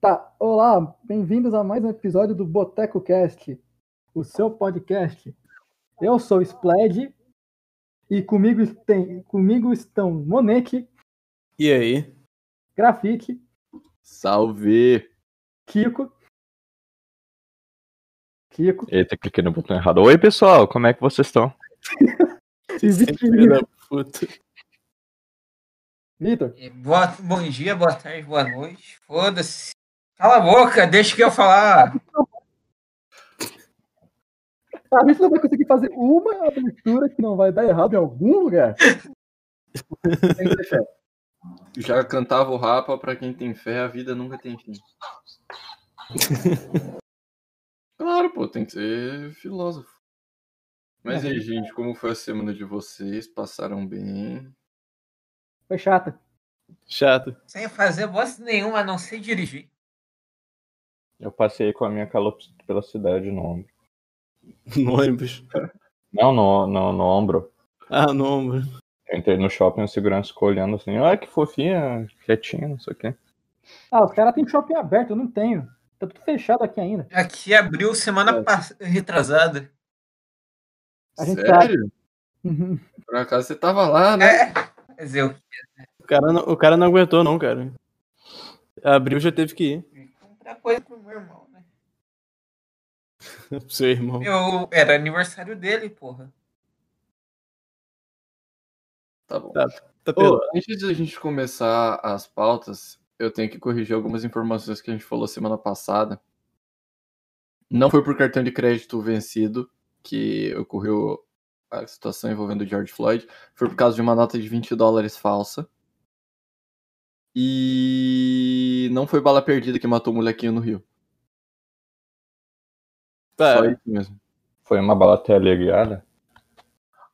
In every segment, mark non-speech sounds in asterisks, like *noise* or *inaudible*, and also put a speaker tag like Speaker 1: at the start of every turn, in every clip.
Speaker 1: Tá, Olá, bem-vindos a mais um episódio do Boteco Cast, o seu podcast. Eu sou o Spled e comigo, tem, comigo estão Monete,
Speaker 2: E aí?
Speaker 1: Grafite,
Speaker 2: Salve!
Speaker 1: Kiko. Kiko
Speaker 3: Eita, cliquei no botão errado. Oi, pessoal, como é que vocês estão?
Speaker 1: e
Speaker 2: Filho
Speaker 1: Vitor.
Speaker 2: da puta.
Speaker 1: Vitor,
Speaker 4: E Boa, bom dia, boa tarde, boa noite. Foda-se. Cala a boca, deixa que eu falar.
Speaker 1: a gente não vai conseguir fazer uma abertura que não vai dar errado em algum
Speaker 2: *laughs*
Speaker 1: lugar. Tem que deixar.
Speaker 5: Já cantava o Rapa, pra quem tem fé, a vida nunca
Speaker 1: *laughs*
Speaker 5: tem fim. claro, pô, tem que ser filósofo. Mas
Speaker 1: É.
Speaker 5: e aí, gente, como foi a semana de vocês? Passaram bem?
Speaker 1: Foi chata.
Speaker 2: Chato.
Speaker 4: Sem fazer bosta nenhuma, a não sei dirigir.
Speaker 3: Eu passei com a minha calopsita pela cidade no ombro.
Speaker 2: No ônibus.
Speaker 3: Não, no, no, no ombro.
Speaker 2: Ah, no ombro.
Speaker 3: Eu entrei no shopping, o segurança ficou olhando assim, ah, que fofinha, quietinha, não sei o quê.
Speaker 1: Ah, os caras têm shopping aberto, eu não tenho. Tá tudo fechado aqui ainda.
Speaker 4: Aqui abriu semana pass- retrasada.
Speaker 1: A gente
Speaker 5: Sério?
Speaker 1: Uhum.
Speaker 5: Por acaso você tava lá, né?
Speaker 4: É. Quer dizer, eu
Speaker 2: O cara, não, o cara não aguentou, não, cara. Abriu, já teve que ir.
Speaker 4: fui comprar coisa pro meu irmão, né?
Speaker 2: Pro seu irmão.
Speaker 4: Eu, era aniversário dele, porra.
Speaker 5: Tá bom.
Speaker 2: Tá Tá
Speaker 5: Ô,
Speaker 2: pelado.
Speaker 5: antes de a gente começar as pautas, eu tenho que corrigir algumas informações que a gente falou semana passada. Não foi por cartão de crédito vencido que ocorreu a situação envolvendo o George Floyd. Foi por causa de uma nota de 20 dólares falsa. E não foi bala perdida que matou o molequinho no Rio. Só
Speaker 2: Tá,
Speaker 5: isso mesmo.
Speaker 3: Foi uma bala teleguiada?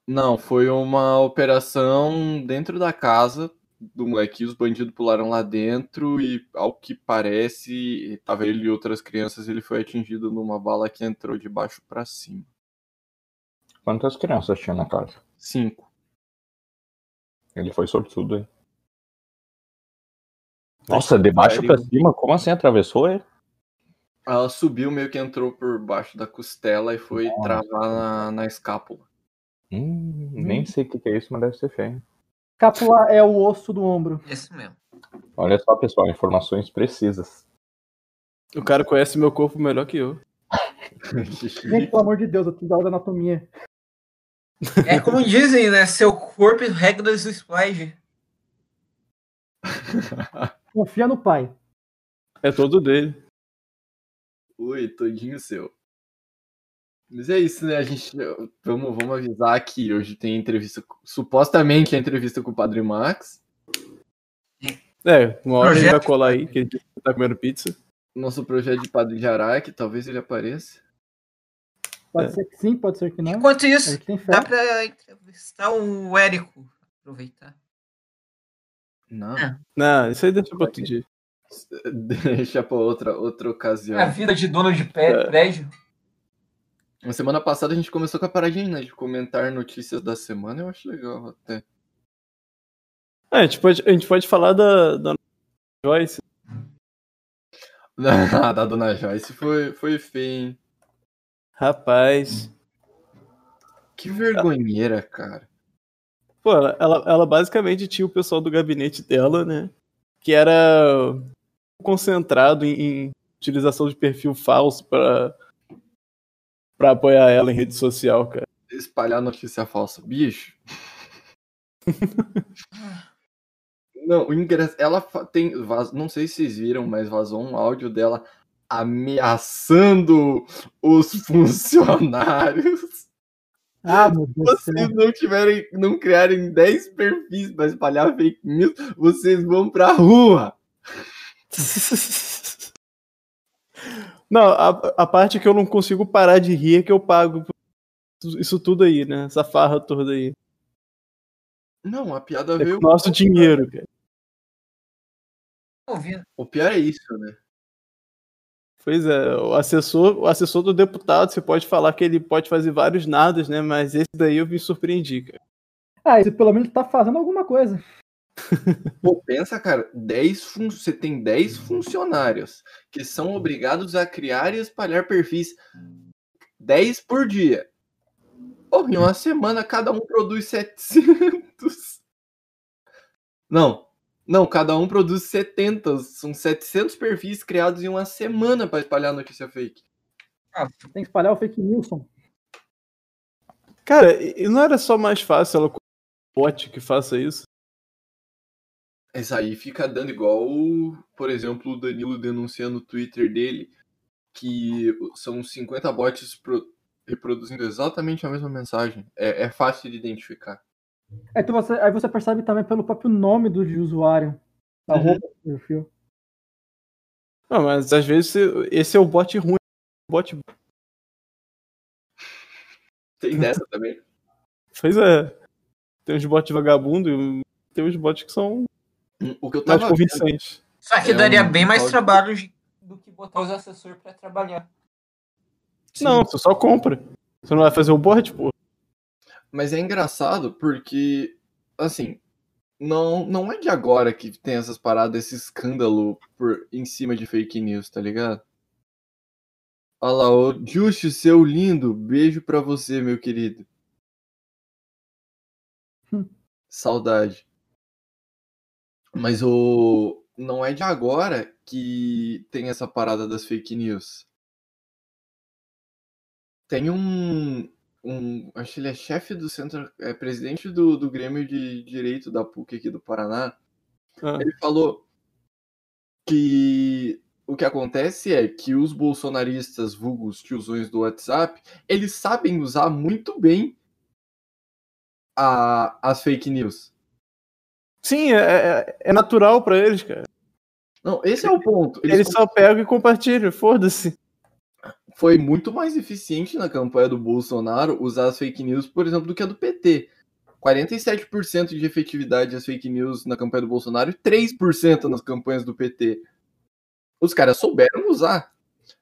Speaker 5: Não, foi uma operação dentro da casa do molequinho. Os bandidos pularam lá dentro e, ao que parece, tava ele e outras crianças. Ele foi atingido numa bala que entrou de baixo pra cima.
Speaker 3: Quantas crianças tinha na casa?
Speaker 5: Cinco.
Speaker 3: Ele foi sortudo aí.
Speaker 5: Tá
Speaker 3: Nossa, de baixo pra cima? Como assim? Atravessou ele?
Speaker 5: Ela subiu, meio que entrou por baixo da costela e foi
Speaker 3: Nossa.
Speaker 5: travar na, na escápula. *laughs*
Speaker 3: Hum, nem sei o que que é isso, mas deve ser feio.
Speaker 1: Cápula é o osso do ombro.
Speaker 4: Isso mesmo.
Speaker 3: Olha só, pessoal, informações precisas.
Speaker 2: o cara conhece meu corpo melhor que eu.
Speaker 1: Gente, pelo amor de Deus, eu preciso da aula de anatomia.
Speaker 4: É como dizem, né? Seu corpo e regras do splash.
Speaker 1: Confia no pai.
Speaker 2: É todo dele.
Speaker 5: Oi, todinho seu. Mas é isso, né? A gente. Vamos, vamos avisar que hoje tem entrevista. com- Supostamente a entrevista com o Padre Max.
Speaker 2: É, uma hora ele
Speaker 4: Projeto.
Speaker 2: vai colar aí, que ele tá comendo pizza.
Speaker 5: Nosso projeto de Padre de Araque, talvez ele apareça.
Speaker 1: Pode
Speaker 2: É.
Speaker 1: ser que sim, pode ser que não. É.
Speaker 4: Enquanto
Speaker 1: A
Speaker 4: isso,
Speaker 1: gente tem fé.
Speaker 4: dá pra entrevistar o Érico. Aproveitar.
Speaker 5: Não.
Speaker 2: Não, isso aí deixa pra outro dia.
Speaker 5: *laughs* Deixa pra outra, outra ocasião.
Speaker 4: A vida de dono de pé-
Speaker 2: É.
Speaker 4: prédio.
Speaker 5: Na semana passada a gente começou com a paradinha né, de comentar notícias da semana, eu acho legal até. *laughs*
Speaker 2: Ah, a gente pode, a gente pode falar da, da Joyce.
Speaker 5: Ah, da Dona Joyce foi, foi feio, hein?
Speaker 2: Rapaz.
Speaker 5: Que vergonheira, cara.
Speaker 2: Pô, ela, ela, ela basicamente tinha o pessoal do gabinete dela, né? Que era concentrado em, em utilização de perfil falso pra, pra apoiar ela em rede social, cara.
Speaker 5: Espalhar notícia falsa, bicho. *laughs* Não, o engraçado. Ela fa- tem. vaz- Não sei se vocês viram, mas vazou um áudio dela ameaçando os *laughs* funcionários.
Speaker 1: Ah, meu Deus do céu.
Speaker 5: vocês não tiverem, não criarem 10 perfis pra espalhar fake news, vocês vão pra rua.
Speaker 2: Não, a, a parte que eu não consigo parar de rir é que eu pago por isso tudo aí, né? Essa farra toda aí.
Speaker 5: Não, a piada
Speaker 2: É com
Speaker 5: veio.
Speaker 2: o nosso dinheiro, cara.
Speaker 4: Ouvindo.
Speaker 5: O pior é isso, né?
Speaker 2: Pois é, o assessor, o assessor do deputado, você pode falar que ele pode fazer vários nadas, né? Mas esse daí eu me surpreendi, cara.
Speaker 1: Ah, isso pelo menos tá fazendo alguma coisa.
Speaker 5: Pô, pensa, cara, 10 fun- você tem 10 funcionários que são obrigados a criar e espalhar perfis 10 por dia. Porra, em uma semana cada um produz 700. Não, não, cada um produz 70. São 700 perfis criados em uma semana para espalhar notícia fake.
Speaker 1: Tem que espalhar o fake Nilson.
Speaker 2: Cara, e e não era só mais fácil ela com um bot que faça isso?
Speaker 5: Mas aí fica dando igual, por exemplo, o Danilo denunciando no Twitter dele que são 50 bots pro- reproduzindo exatamente a mesma mensagem. É, é fácil de identificar.
Speaker 1: Aí, tu- você, aí você percebe também pelo próprio nome do de usuário. Tá Da
Speaker 5: Uhum.
Speaker 1: roupa do perfil.
Speaker 2: Não, mas às vezes se- esse é o bot ruim. o Bot...
Speaker 5: Tem dessa também.
Speaker 2: Pois é. Tem uns bots vagabundo e tem uns bots que são
Speaker 5: O que eu
Speaker 2: mais
Speaker 5: tava vendo,
Speaker 2: convincentes.
Speaker 4: Só que
Speaker 5: É
Speaker 4: daria
Speaker 5: um
Speaker 4: bem mais
Speaker 5: áudio.
Speaker 4: trabalho de- do que botar os assessores pra trabalhar.
Speaker 2: Não, você só compra. Você não vai fazer o bot, pô.
Speaker 5: mas é engraçado porque, assim, não, não é de agora que tem essas paradas, esse escândalo por, em cima de fake news, tá ligado? Olha lá, o Justi, seu lindo, beijo pra você, meu querido.
Speaker 1: Hum.
Speaker 5: Saudade. Mas o. Não é de agora que tem essa parada das fake news. Tem um. um acho que ele é chefe do centro. É presidente do, do Grêmio de Direito da PUC aqui do Paraná.
Speaker 2: Ah.
Speaker 5: Ele falou que o que acontece é que os bolsonaristas, vulgos tiozões do WhatsApp, eles sabem usar muito bem a- as fake news.
Speaker 2: Sim, é, é- é natural pra eles, cara.
Speaker 5: Não, esse é o ponto. Eles
Speaker 2: Eles só pegam e compartilham, foda-se.
Speaker 5: Foi muito mais eficiente na campanha do Bolsonaro usar as fake news, por exemplo, do que a do PT. 47% de efetividade das fake news na campanha do Bolsonaro e 3% nas campanhas do PT. Os caras souberam usar.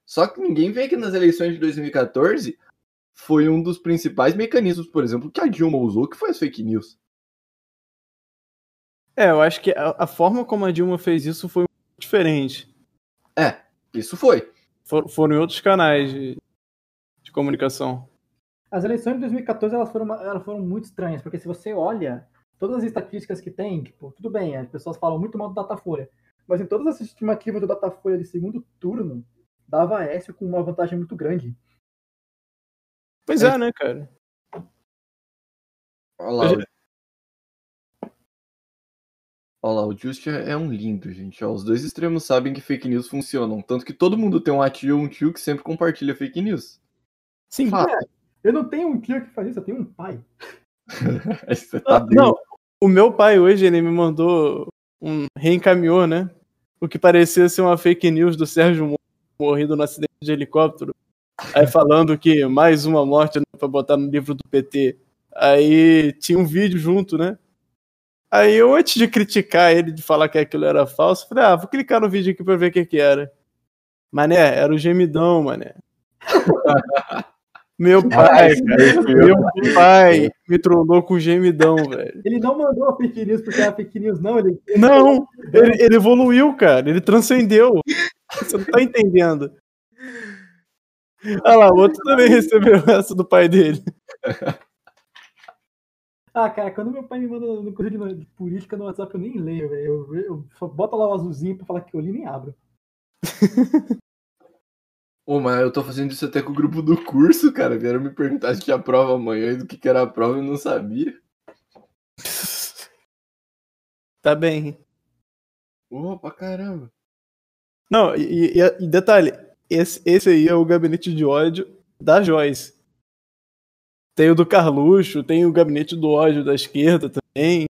Speaker 5: Só que ninguém vê que nas eleições de 2014 foi um dos principais mecanismos, por exemplo, que a Dilma usou, que foi as fake news.
Speaker 2: É, eu acho que a, a forma como a Dilma fez isso foi diferente.
Speaker 5: Isso foi.
Speaker 2: For- foram em outros canais de, de comunicação.
Speaker 1: As eleições de 2014 elas foram, uma- elas foram muito estranhas, porque se você olha todas as estatísticas que tem, tipo, tudo bem, as pessoas falam muito mal do Datafolha, mas em todas as estimativas do Datafolha de segundo turno, dava Aécio com uma vantagem muito grande.
Speaker 2: Pois é, né, cara?
Speaker 5: Olha lá,
Speaker 2: é
Speaker 5: o- Olha lá, o Just é é um lindo, gente. ó. os dois extremos sabem que fake news funcionam. Tanto que todo mundo tem um tio ou um tio que sempre compartilha fake news.
Speaker 2: Sim.
Speaker 5: Fato.
Speaker 1: Eu não tenho um tio que faz isso, eu tenho um pai.
Speaker 5: *laughs* Aí você tá
Speaker 2: Ah,
Speaker 5: bem.
Speaker 2: Não, o meu pai hoje, ele me mandou um reencaminhou, né? O que parecia ser uma fake news do Sérgio Moro morrido no acidente de helicóptero. Aí falando que mais uma morte né, pra botar no livro do PT. Aí tinha um vídeo junto, né? Aí eu, antes de criticar ele, de falar que aquilo era falso, falei, ah, vou clicar no vídeo aqui pra ver o que que era. Mané, era o gemidão, mané. *laughs* meu pai, cara, meu pai me trollou com o gemidão, velho.
Speaker 1: Ele não mandou a fake news porque era fake news, não, ele
Speaker 2: Não, ele, ele evoluiu, cara. Ele transcendeu. Você não tá entendendo. Olha lá, o outro também *laughs* recebeu essa do pai dele.
Speaker 1: Ah, cara, quando meu pai me manda no coisa de no- de política no WhatsApp, eu nem leio, velho. Eu, ve- eu só boto lá o azulzinho pra falar que eu li e nem abro.
Speaker 5: Ô, mas eu tô fazendo isso até com o grupo do curso, cara. Vieram me perguntar se tinha prova amanhã e do que, que era a prova eu não sabia.
Speaker 2: Tá bem.
Speaker 5: Ô, pra caramba.
Speaker 2: Não, e, e- e detalhe: esse, esse aí é o gabinete de ódio da Joyce. Tem o do Carluxo, tem o gabinete do ódio da esquerda também.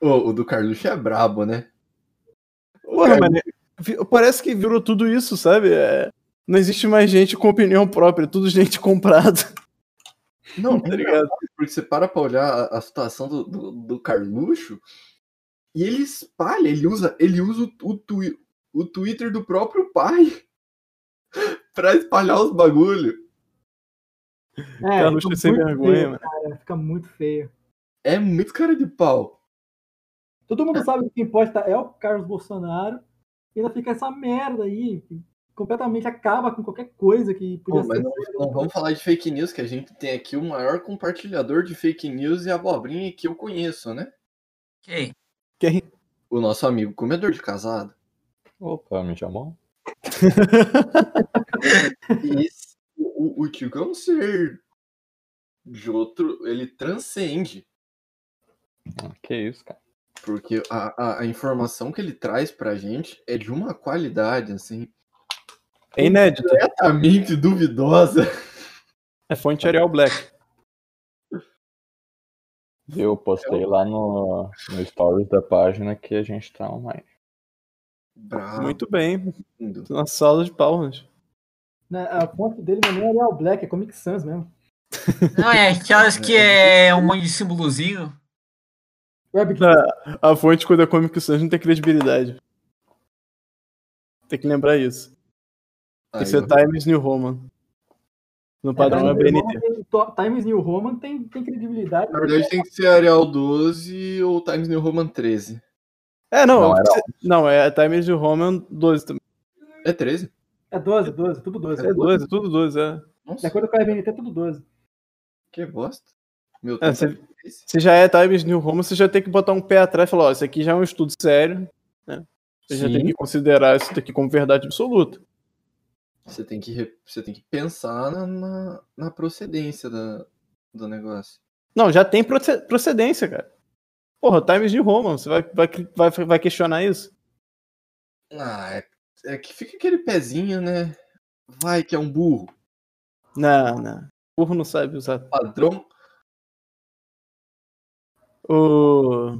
Speaker 5: Ô, o do Carluxo é brabo, né?
Speaker 2: Porra, mano, vi- parece que virou tudo isso, sabe? É, não existe mais gente com opinião própria, é tudo gente *laughs* comprada.
Speaker 5: Não, *laughs*
Speaker 2: Tá ligado?
Speaker 5: Porque você para pra olhar a, a situação do, do, do Carluxo e ele espalha, ele usa, ele usa o, o, twi- o Twitter do próprio pai *laughs* pra espalhar os bagulho.
Speaker 1: É,
Speaker 2: Carlos
Speaker 1: fica
Speaker 2: sem
Speaker 1: muito
Speaker 2: vergonha,
Speaker 1: feio,
Speaker 2: mano.
Speaker 1: cara, fica muito feio.
Speaker 5: É muito cara de pau.
Speaker 1: Todo mundo sabe que quem importa é o Carlos Bolsonaro. E ainda fica essa merda aí, que completamente acaba com qualquer coisa que podia
Speaker 5: Pô, mas
Speaker 1: ser.
Speaker 5: não, não Então, vamos falar de fake news, que a gente tem aqui o maior compartilhador de fake news e abobrinha que eu conheço, né?
Speaker 4: Quem?
Speaker 2: Quem?
Speaker 5: O nosso amigo comedor de *laughs* casado.
Speaker 3: Opa, me chamou?
Speaker 5: E esse- o, o Tico é um ser de outro. Ele transcende.
Speaker 3: Ah, Que isso, cara.
Speaker 5: Porque a, a, a informação que ele traz pra gente é de uma qualidade, assim,
Speaker 2: É inédito.
Speaker 5: completamente duvidosa.
Speaker 2: É fonte Arial Black.
Speaker 3: Eu postei lá no, no stories da página que a gente tá online.
Speaker 5: Bravo.
Speaker 2: Ah. Muito bem.
Speaker 5: lindo.
Speaker 2: Uma sala de palmas.
Speaker 1: Né, A fonte dele não é nem Real Black, é Comic Sans mesmo.
Speaker 4: Não, é aquelas que é um monte de símbolozinho.
Speaker 1: Web
Speaker 2: A fonte, quando é Comic Sans, não tem credibilidade. Tem que lembrar isso.
Speaker 5: Aí,
Speaker 2: Isso é
Speaker 5: ó.
Speaker 2: Times New Roman. No padrão é,
Speaker 1: Times New
Speaker 2: BNT.
Speaker 1: Roman tem- to- Times New Roman tem, tem credibilidade.
Speaker 5: Na verdade tem que ser Arial 12 ou Times New Roman 13.
Speaker 2: É, não.
Speaker 3: Não,
Speaker 2: Não,
Speaker 3: era
Speaker 2: é Times New Roman 12 também.
Speaker 5: É 13?
Speaker 1: É 12, 12, tudo 12.
Speaker 2: É 12, tudo 12, é.
Speaker 1: De
Speaker 5: Nossa,
Speaker 1: acordo com a BNT, é tudo 12.
Speaker 5: que bosta. Meu
Speaker 2: É,
Speaker 5: Deus.
Speaker 2: você, você já é Times New Roman, você já tem que botar um pé atrás e falar, ó, isso aqui já é um estudo sério. né? Você já
Speaker 5: Sim.
Speaker 2: tem que considerar isso daqui como verdade absoluta.
Speaker 5: Você tem que, re- você tem que pensar na, na, na procedência da, do negócio.
Speaker 2: Não, já tem proce- procedência, cara. Porra, Times New Roman, você vai, vai, vai, vai questionar isso?
Speaker 5: Ah, é, é que fica aquele pezinho, né? Vai que é um burro.
Speaker 2: Não, não. Burro não sabe usar.
Speaker 5: Padrão.
Speaker 2: O...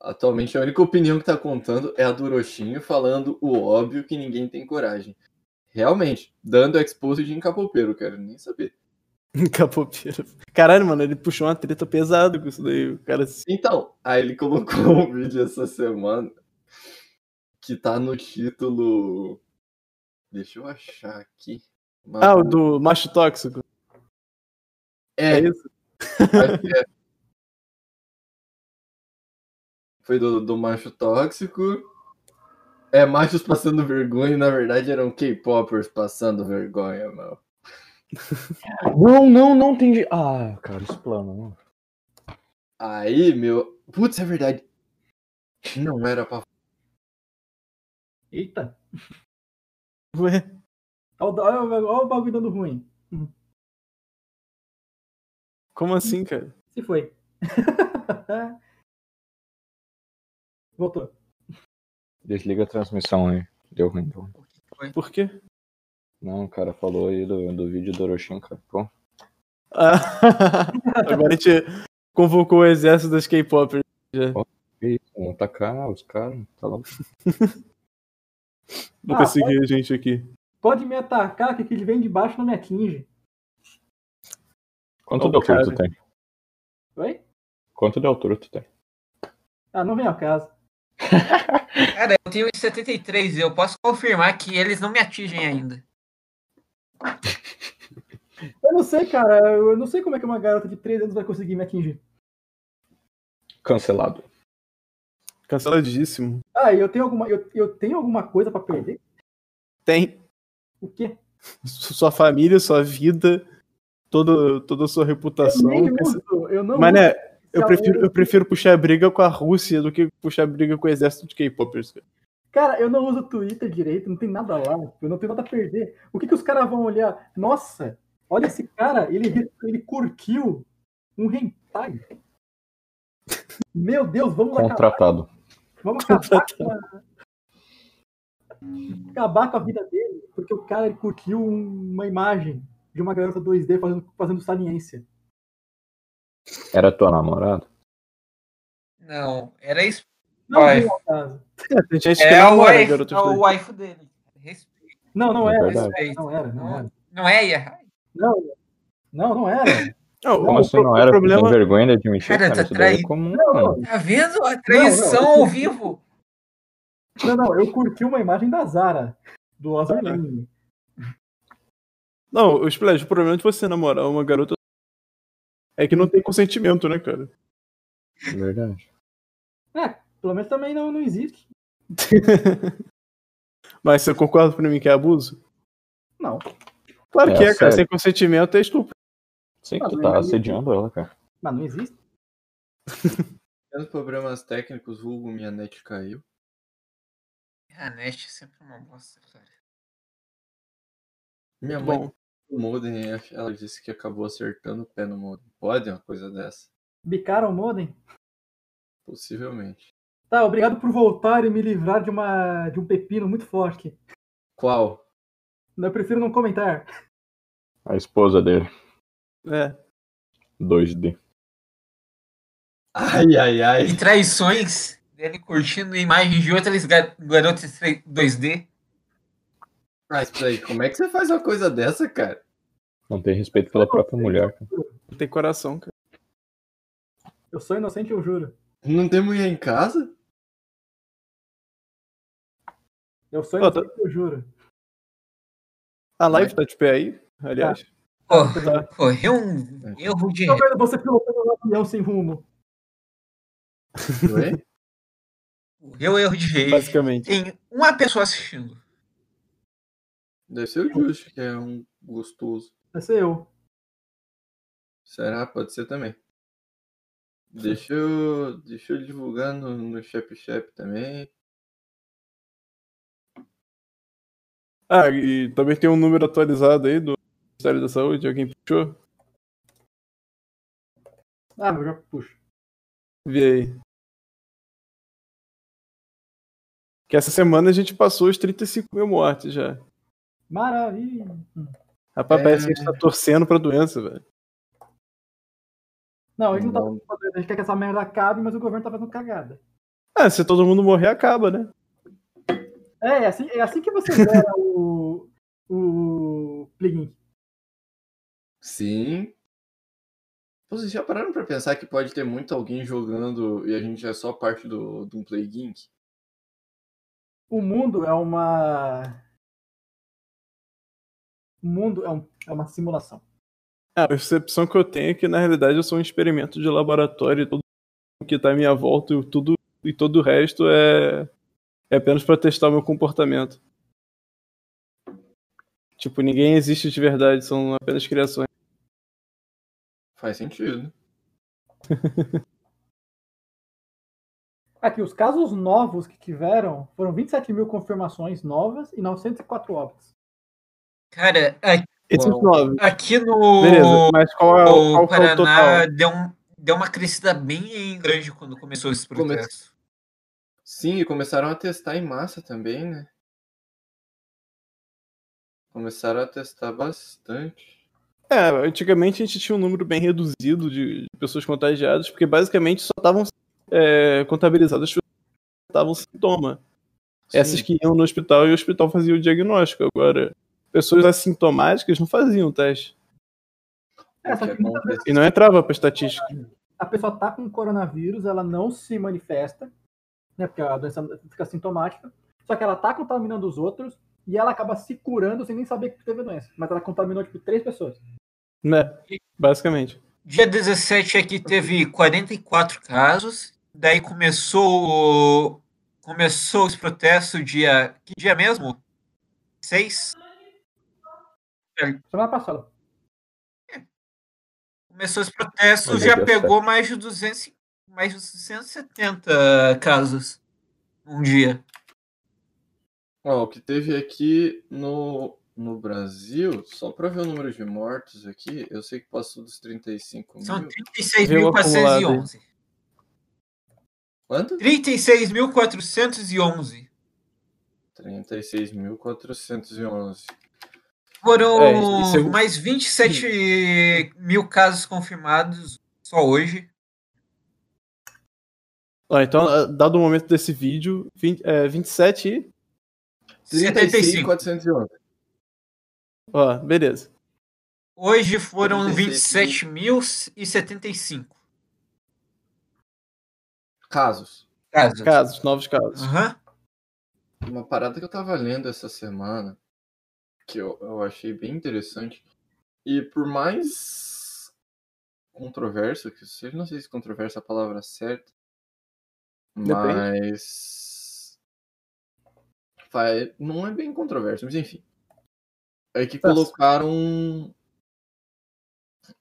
Speaker 5: Atualmente a única opinião que tá contando é a do Orochinho falando o óbvio que ninguém tem coragem. Realmente, dando expose de encapopeiro, quero nem saber.
Speaker 2: *laughs* Capoeira. Caralho, mano, ele puxou uma treta pesada com isso daí. O cara se.
Speaker 5: Então, aí ele colocou *laughs* um vídeo essa semana que tá no título. Deixa eu achar aqui.
Speaker 2: Ah, o do macho tóxico. É
Speaker 5: É,
Speaker 2: isso?
Speaker 5: Acho que é. Foi do, do macho tóxico. É, machos passando vergonha, e na verdade eram K-popers passando vergonha, mano.
Speaker 3: Não, não, não entendi. Ah, cara, esse plano. Não.
Speaker 5: Aí, meu. Putz, é verdade. Não era pra.
Speaker 1: Eita,
Speaker 2: Ué.
Speaker 1: olha o, olha o- olha o bagulho dando ruim.
Speaker 2: Como assim, cara?
Speaker 1: Se foi. *laughs* Voltou.
Speaker 3: Desliga a transmissão aí. Deu ruim, deu ruim.
Speaker 2: Por quê?
Speaker 3: Não, o cara falou aí do, do vídeo do Orochinho, cara. Pô,
Speaker 2: Ah, *laughs* Agora a gente convocou o exército das K-Popers.
Speaker 3: que isso? Vão atacar os caras. Tá lá.
Speaker 2: Vou
Speaker 1: Ah,
Speaker 2: perseguir a gente aqui.
Speaker 1: Pode me atacar, que o que vem de baixo não me atinge.
Speaker 3: Quanto
Speaker 2: Ô,
Speaker 3: de altura tu
Speaker 2: cara.
Speaker 3: tem?
Speaker 1: Oi?
Speaker 3: Quanto de altura tu tem?
Speaker 1: Ah, não vem ao caso.
Speaker 4: Cara, eu tenho 73, eu posso confirmar que eles não me atingem ainda.
Speaker 1: Eu não sei, cara. Eu não sei como é que uma garota de 3 anos vai conseguir me atingir.
Speaker 3: Cancelado.
Speaker 2: Canceladíssimo.
Speaker 1: Ah, e eu tenho alguma, eu, eu tenho alguma coisa pra perder?
Speaker 2: Tem
Speaker 1: O quê?
Speaker 2: su- sua família, sua vida, todo, toda a sua
Speaker 1: Eu
Speaker 2: reputação.
Speaker 1: nem
Speaker 2: Cance-
Speaker 1: uso. Eu não
Speaker 2: Mas né,
Speaker 1: uso
Speaker 2: eu
Speaker 1: essa
Speaker 2: prefiro,
Speaker 1: merda.
Speaker 2: eu prefiro puxar briga com a Rússia do que puxar briga com o exército de K-Popers. cara.
Speaker 1: Cara, eu não uso o Twitter direito, não tem nada lá, eu não tenho nada a perder. O que, que os caras vão olhar? Nossa, olha esse cara, ele, re- ele curtiu um hentai. Meu Deus, vamos acabar,
Speaker 3: Contratado.
Speaker 1: vamos acabar, com a... acabar com a vida dele, porque o cara ele curtiu um- uma imagem de uma garota 2D fazendo, fazendo saliência.
Speaker 3: Era tua namorada?
Speaker 4: Não, era isso.
Speaker 1: Não,
Speaker 4: Ai.
Speaker 1: não, é o caso.
Speaker 2: É, *laughs* tem gente que
Speaker 4: É o
Speaker 2: namora
Speaker 4: wife,
Speaker 2: garotas
Speaker 4: é o
Speaker 2: dois.
Speaker 4: wife dele. Respeito,
Speaker 1: não, não
Speaker 3: É
Speaker 1: era.
Speaker 3: verdade.
Speaker 1: Não era, não era.
Speaker 4: Não é, Yahai?
Speaker 1: Não, não, não era.
Speaker 2: Não, o
Speaker 3: Como assim
Speaker 2: pro-
Speaker 3: não
Speaker 2: o
Speaker 3: era? Problema... Tem
Speaker 2: Problema...
Speaker 3: vergonha de admitir,
Speaker 4: Cara,
Speaker 3: cara.
Speaker 4: tá
Speaker 3: Isso daí é
Speaker 4: traído.
Speaker 3: comum,
Speaker 1: Não,
Speaker 3: mano.
Speaker 1: não,
Speaker 4: Tá vendo? A traição ao vivo.
Speaker 1: Não, não, eu curti uma imagem da Zara, do Azul Lane.
Speaker 2: Não, o Splash, o problema é de você namorar uma garota é que não tem consentimento, né, cara?
Speaker 3: Verdade.
Speaker 1: Pelo menos também não, não existe.
Speaker 2: Mas você concorda pra mim que é abuso?
Speaker 1: Não.
Speaker 2: Claro
Speaker 3: É,
Speaker 2: que é, cara.
Speaker 3: sério.
Speaker 2: Sem consentimento é estupro.
Speaker 3: Sei que
Speaker 1: Ah,
Speaker 3: tu
Speaker 1: não,
Speaker 3: tá
Speaker 4: é
Speaker 1: não,
Speaker 3: assediando ela, cara.
Speaker 1: Mas não existe.
Speaker 5: Tendo problemas técnicos, vulgo, minha net caiu.
Speaker 4: A NET é sempre uma bosta, cara.
Speaker 5: Minha mãe
Speaker 2: Bom,
Speaker 5: o modem, ela- ela disse que acabou acertando o pé no modem. Pode uma coisa dessa?
Speaker 1: Bicaram o modem.
Speaker 5: Possivelmente.
Speaker 1: Tá, obrigado por voltar e me livrar de, uma, de um pepino muito forte.
Speaker 5: Qual?
Speaker 1: Eu prefiro não comentar.
Speaker 3: A esposa dele.
Speaker 2: é.
Speaker 3: 2D.
Speaker 5: Ai, ai, ai.
Speaker 4: E traições dele curtindo imagens de outras ga- garotas 3- 2D.
Speaker 5: Mas peraí, como é que você faz uma coisa dessa, cara?
Speaker 3: Não tem respeito pela própria mulher, cara.
Speaker 2: Tem coração, cara.
Speaker 1: Eu sou inocente, eu juro.
Speaker 5: Não tem mulher em casa?
Speaker 1: Eu sou
Speaker 2: Ó, tá-
Speaker 1: inocente, eu juro.
Speaker 2: A live tá de pé aí, aliás.
Speaker 4: Pô,
Speaker 2: Tá.
Speaker 4: correu um erro de.
Speaker 1: Tô vendo você pilotando um avião sem rumo.
Speaker 5: Ué?
Speaker 4: Correu erro de jeito.
Speaker 2: Basicamente.
Speaker 4: Tem uma pessoa assistindo.
Speaker 5: Deve ser o Just, que é um gostoso.
Speaker 1: Essa é eu.
Speaker 5: Será? Pode ser também. Deixa eu, deixa eu divulgar no, no Shep Shep também.
Speaker 2: Ah, e também tem um número atualizado aí do Ministério da Saúde, alguém puxou?
Speaker 1: Ah, eu já puxo.
Speaker 2: Vê aí. Que essa semana a gente passou os 35 mil mortes já.
Speaker 1: Maravilha.
Speaker 2: Rapaz,
Speaker 5: É.
Speaker 2: parece que a gente tá torcendo pra doença, velho.
Speaker 1: Não, a gente não tá
Speaker 5: Não.
Speaker 1: fazendo. A gente quer que essa merda acabe, mas o governo tá fazendo cagada.
Speaker 2: Ah, se todo mundo morrer, acaba, né?
Speaker 1: É, é assim, é assim que você *laughs* zera o, o plugin.
Speaker 5: Sim. Vocês já pararam pra pensar que pode ter muito alguém jogando e a gente é só parte do, de um Play Gink?
Speaker 1: O mundo é uma. O mundo é, um- é uma simulação.
Speaker 2: Ah, a percepção que eu tenho é que, na realidade, eu sou um experimento de laboratório e tudo que tá à minha volta e tudo e todo o resto é, é apenas pra testar o meu comportamento. Tipo, ninguém existe de verdade, são apenas criações.
Speaker 5: Faz sentido. né?
Speaker 1: Aqui, os casos novos que tiveram foram 27 mil confirmações novas e 904 óbitos.
Speaker 4: Cara, a-
Speaker 2: Esses
Speaker 5: Uau.
Speaker 2: é nove.
Speaker 4: aqui no.
Speaker 2: Beleza, mas qual é o,
Speaker 4: O
Speaker 2: qual que é o
Speaker 4: Paraná
Speaker 2: total?
Speaker 4: deu, um- deu uma crescida bem grande quando começou esse
Speaker 5: Come-
Speaker 4: processo.
Speaker 5: Sim, e começaram a testar em massa também, né? Começaram a testar bastante.
Speaker 2: É, antigamente a gente tinha um número bem reduzido de de pessoas contagiadas, porque basicamente só estavam é, contabilizadas as pessoas que estavam sintoma. Essas
Speaker 5: Sim.
Speaker 2: que iam no hospital e o hospital fazia o diagnóstico. Agora, pessoas assintomáticas não faziam o teste.
Speaker 1: É, só
Speaker 5: O
Speaker 1: que
Speaker 5: que
Speaker 1: muitas vezes
Speaker 5: acontece-
Speaker 2: E não entrava pra estatística.
Speaker 1: a pessoa tá com coronavírus, ela não se manifesta, né? Porque a doença fica sintomática. Só que ela tá contaminando os outros e ela acaba se curando sem nem saber que teve a doença. Mas ela contaminou, tipo, três pessoas.
Speaker 2: Né? Basicamente.
Speaker 4: Dia 17 aqui teve 44 casos. Daí começou o- começou os protestos dia que dia mesmo? 6.
Speaker 1: Semana passada.
Speaker 4: Começou os protestos,
Speaker 3: Olha,
Speaker 4: já
Speaker 3: dia
Speaker 4: pegou mais de 200 e- mais de 270 casos num dia.
Speaker 5: Ó, o que teve aqui no, no Brasil, só pra ver o número de mortos aqui, eu sei que passou dos 35 mil.
Speaker 4: São
Speaker 2: Viu acumulado
Speaker 4: 36.411.
Speaker 5: Quanto?
Speaker 4: 36.411.
Speaker 5: 36.411.
Speaker 4: Foram
Speaker 2: É, e segundo-
Speaker 4: mais 27 mil casos confirmados só hoje.
Speaker 2: Ó, então, ah, dado o momento desse vídeo, 20, é, 27 e.
Speaker 4: 75.
Speaker 5: 36.411.
Speaker 2: Ó, beleza.
Speaker 4: Hoje foram
Speaker 5: 37
Speaker 4: 27.075
Speaker 5: Casos.
Speaker 4: casos.
Speaker 2: Casos, novos casos.
Speaker 4: Aham.
Speaker 5: Uma parada que eu tava lendo essa semana, que eu, eu achei bem interessante, e por mais controverso que seja, não sei se controverso é a palavra certa,
Speaker 2: Depende.
Speaker 5: Mas. Vai- Não é bem controverso, mas enfim. É que
Speaker 2: Tá.
Speaker 5: colocaram. um-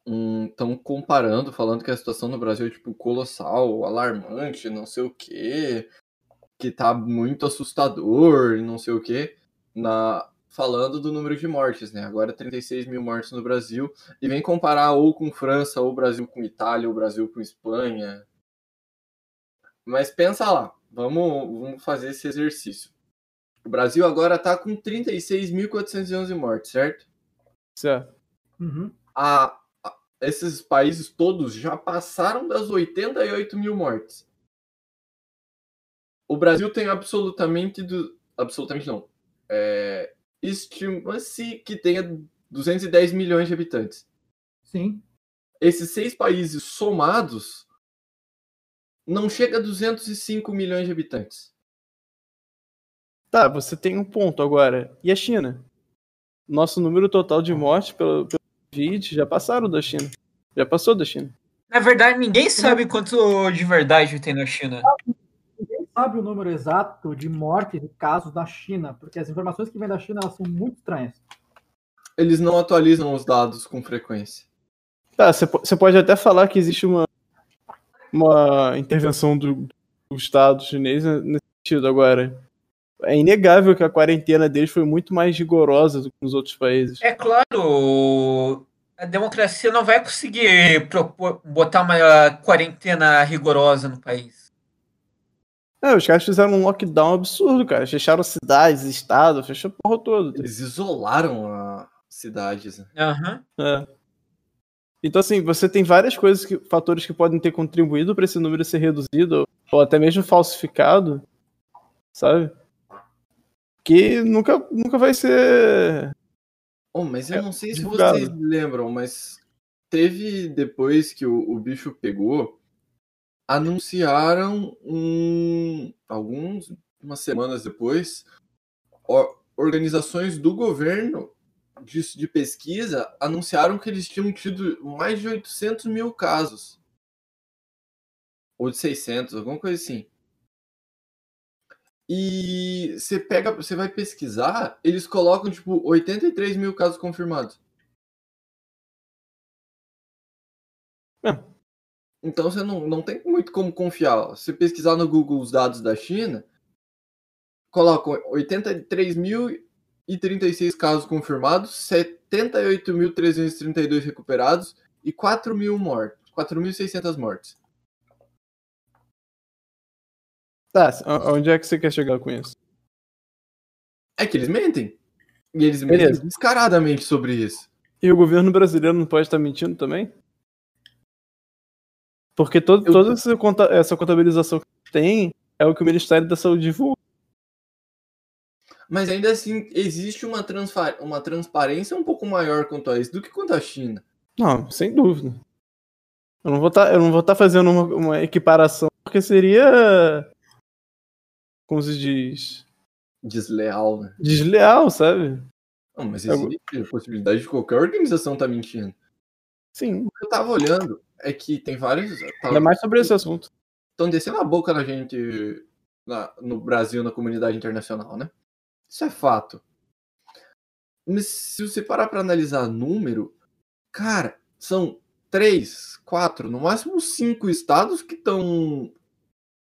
Speaker 5: um Estão comparando, falando que a situação no Brasil é tipo colossal, alarmante, não sei o quê. Que tá muito assustador, não sei o quê. Na... Falando do número de mortes, né? Agora 36 mil mortes no Brasil. E vem comparar ou com França, ou Brasil com Itália, ou Brasil com Espanha. Mas pensa lá, vamos, vamos fazer esse exercício. O Brasil agora tá com 36.411 mortes, certo?
Speaker 2: Certo.
Speaker 1: Uhum.
Speaker 5: A, a- esses países todos já passaram das 88 mil mortes. O Brasil tem absolutamente. Du, absolutamente não. É, Estima-se que tenha 210 milhões de habitantes
Speaker 1: Sim.
Speaker 5: esses seis países somados não chega a 205 milhões de habitantes.
Speaker 2: Tá, você tem um ponto agora. E a China? Nosso número total de mortes pelo, pelo Covid já passaram da China. Já passou da China.
Speaker 4: Na verdade, ninguém sabe quanto de verdade tem na China.
Speaker 1: Ninguém sabe o número exato de mortes e casos da China, porque as informações que vêm da China elas são muito estranhas.
Speaker 5: Eles não atualizam os dados com frequência.
Speaker 2: Tá, você po- você pode até falar que existe uma, uma intervenção do, do Estado chinês ne- nesse sentido agora. É inegável que a quarentena deles foi muito mais rigorosa do que nos outros países.
Speaker 4: É claro, a democracia não vai conseguir propor, botar uma quarentena rigorosa no país.
Speaker 2: É, os caras fizeram um lockdown absurdo, cara. Fecharam cidades, estado, fechou a porra toda.
Speaker 5: Eles isolaram a cidades. né?
Speaker 4: Aham.
Speaker 2: É. Então, assim, você tem várias coisas, que, fatores que podem ter contribuído pra esse número ser reduzido, ou até mesmo falsificado, sabe? Que nunca, nunca vai ser
Speaker 5: Oh, mas eu
Speaker 2: É,
Speaker 5: não sei se
Speaker 2: divulgado.
Speaker 5: vocês lembram, mas teve depois que o, o bicho pegou, anunciaram um, alguns umas semanas depois o- organizações do governo de, de pesquisa anunciaram que eles tinham tido mais de 800 mil casos ou de 600, alguma coisa assim. E você pega, você vai pesquisar, eles colocam tipo 83 mil casos confirmados.
Speaker 2: É.
Speaker 5: Então você não, não tem muito como confiar. Se pesquisar no Google os dados da China, colocam 83.036 casos confirmados, 78.332 recuperados e 4.000 mortos, 4.600 mortes.
Speaker 2: Tá, a- aonde é que você quer chegar com isso?
Speaker 5: É que eles mentem. E eles
Speaker 2: Beleza.
Speaker 5: mentem descaradamente sobre isso.
Speaker 2: E o governo brasileiro não pode estar mentindo também? Porque todo,
Speaker 5: Eu-
Speaker 2: toda essa, conta- essa contabilização que tem é o que o Ministério da Saúde divulga.
Speaker 5: Mas ainda assim, existe uma, transfa- uma transparência um pouco maior quanto a isso do que quanto à China.
Speaker 2: Não, sem dúvida. Eu não vou estar fazendo uma, uma equiparação, porque seria. Como se diz?
Speaker 5: Desleal, né?
Speaker 2: Desleal, sabe?
Speaker 5: Não, mas
Speaker 2: Eu-
Speaker 5: existe a possibilidade de qualquer organização estar mentindo.
Speaker 2: Sim,
Speaker 5: O que eu tava olhando é que tem vários.
Speaker 2: ainda mais sobre esse assunto.
Speaker 5: Estão descendo a boca na gente na- no Brasil, na comunidade internacional, né? Isso é fato. Mas se você parar pra analisar número, cara, são três, quatro, no máximo cinco estados que estão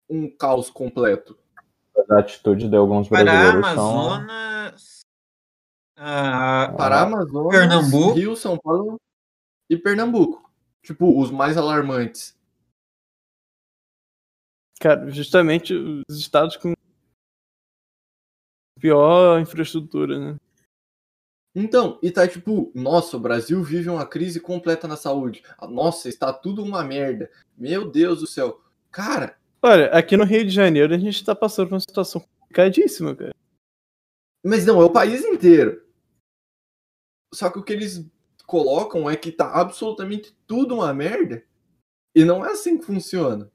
Speaker 5: um caos completo.
Speaker 3: Mas A atitude de alguns
Speaker 4: Pará,
Speaker 3: brasileiros são...
Speaker 4: Amazonas. ah,
Speaker 5: Pará, Amazonas,
Speaker 4: Pernambuco.
Speaker 5: Rio, São Paulo e Pernambuco. Tipo, os mais alarmantes.
Speaker 2: Cara, justamente os estados com pior infraestrutura, né?
Speaker 5: Então, e tá tipo, nossa, o Brasil vive uma crise completa na saúde. Ah, Nossa, está tudo uma merda. Meu Deus do céu. Cara,
Speaker 2: Olha, aqui no Rio de Janeiro a gente tá passando por uma situação complicadíssima, cara.
Speaker 5: mas não, é o país inteiro. Só que o que eles colocam é que tá absolutamente tudo uma merda. E não é assim que funciona.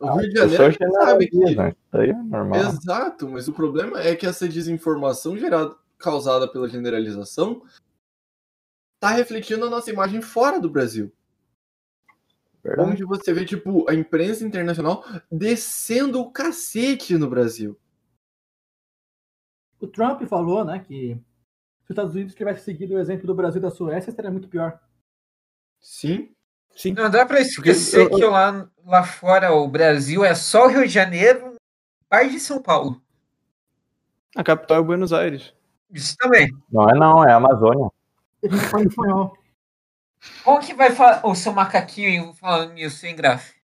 Speaker 5: O Rio de
Speaker 3: As
Speaker 5: Janeiro a
Speaker 3: pessoas
Speaker 5: gente sabe que.
Speaker 3: generalizam, Isso daí é normal.
Speaker 5: Exato, mas o problema é que essa desinformação gerada, causada pela generalização tá refletindo a nossa imagem fora do Brasil.
Speaker 3: Verdade.
Speaker 5: onde você vê, tipo, a imprensa internacional descendo o cacete no Brasil.
Speaker 1: O Trump falou, né, que se os Estados Unidos tivesse seguido o exemplo do Brasil e da Suécia, seria muito pior.
Speaker 5: Sim.
Speaker 2: Sim.
Speaker 4: Não dá pra esquecer
Speaker 2: Porque eu-
Speaker 4: que lá, lá fora o Brasil é só o Rio de Janeiro, parte de São Paulo.
Speaker 2: A capital é Buenos Aires.
Speaker 4: Isso também.
Speaker 3: Não é não, é a Amazônia.
Speaker 1: E a gente fala espanhol.
Speaker 4: Como que vai falar o seu macaquinho falando isso, hein, Graf?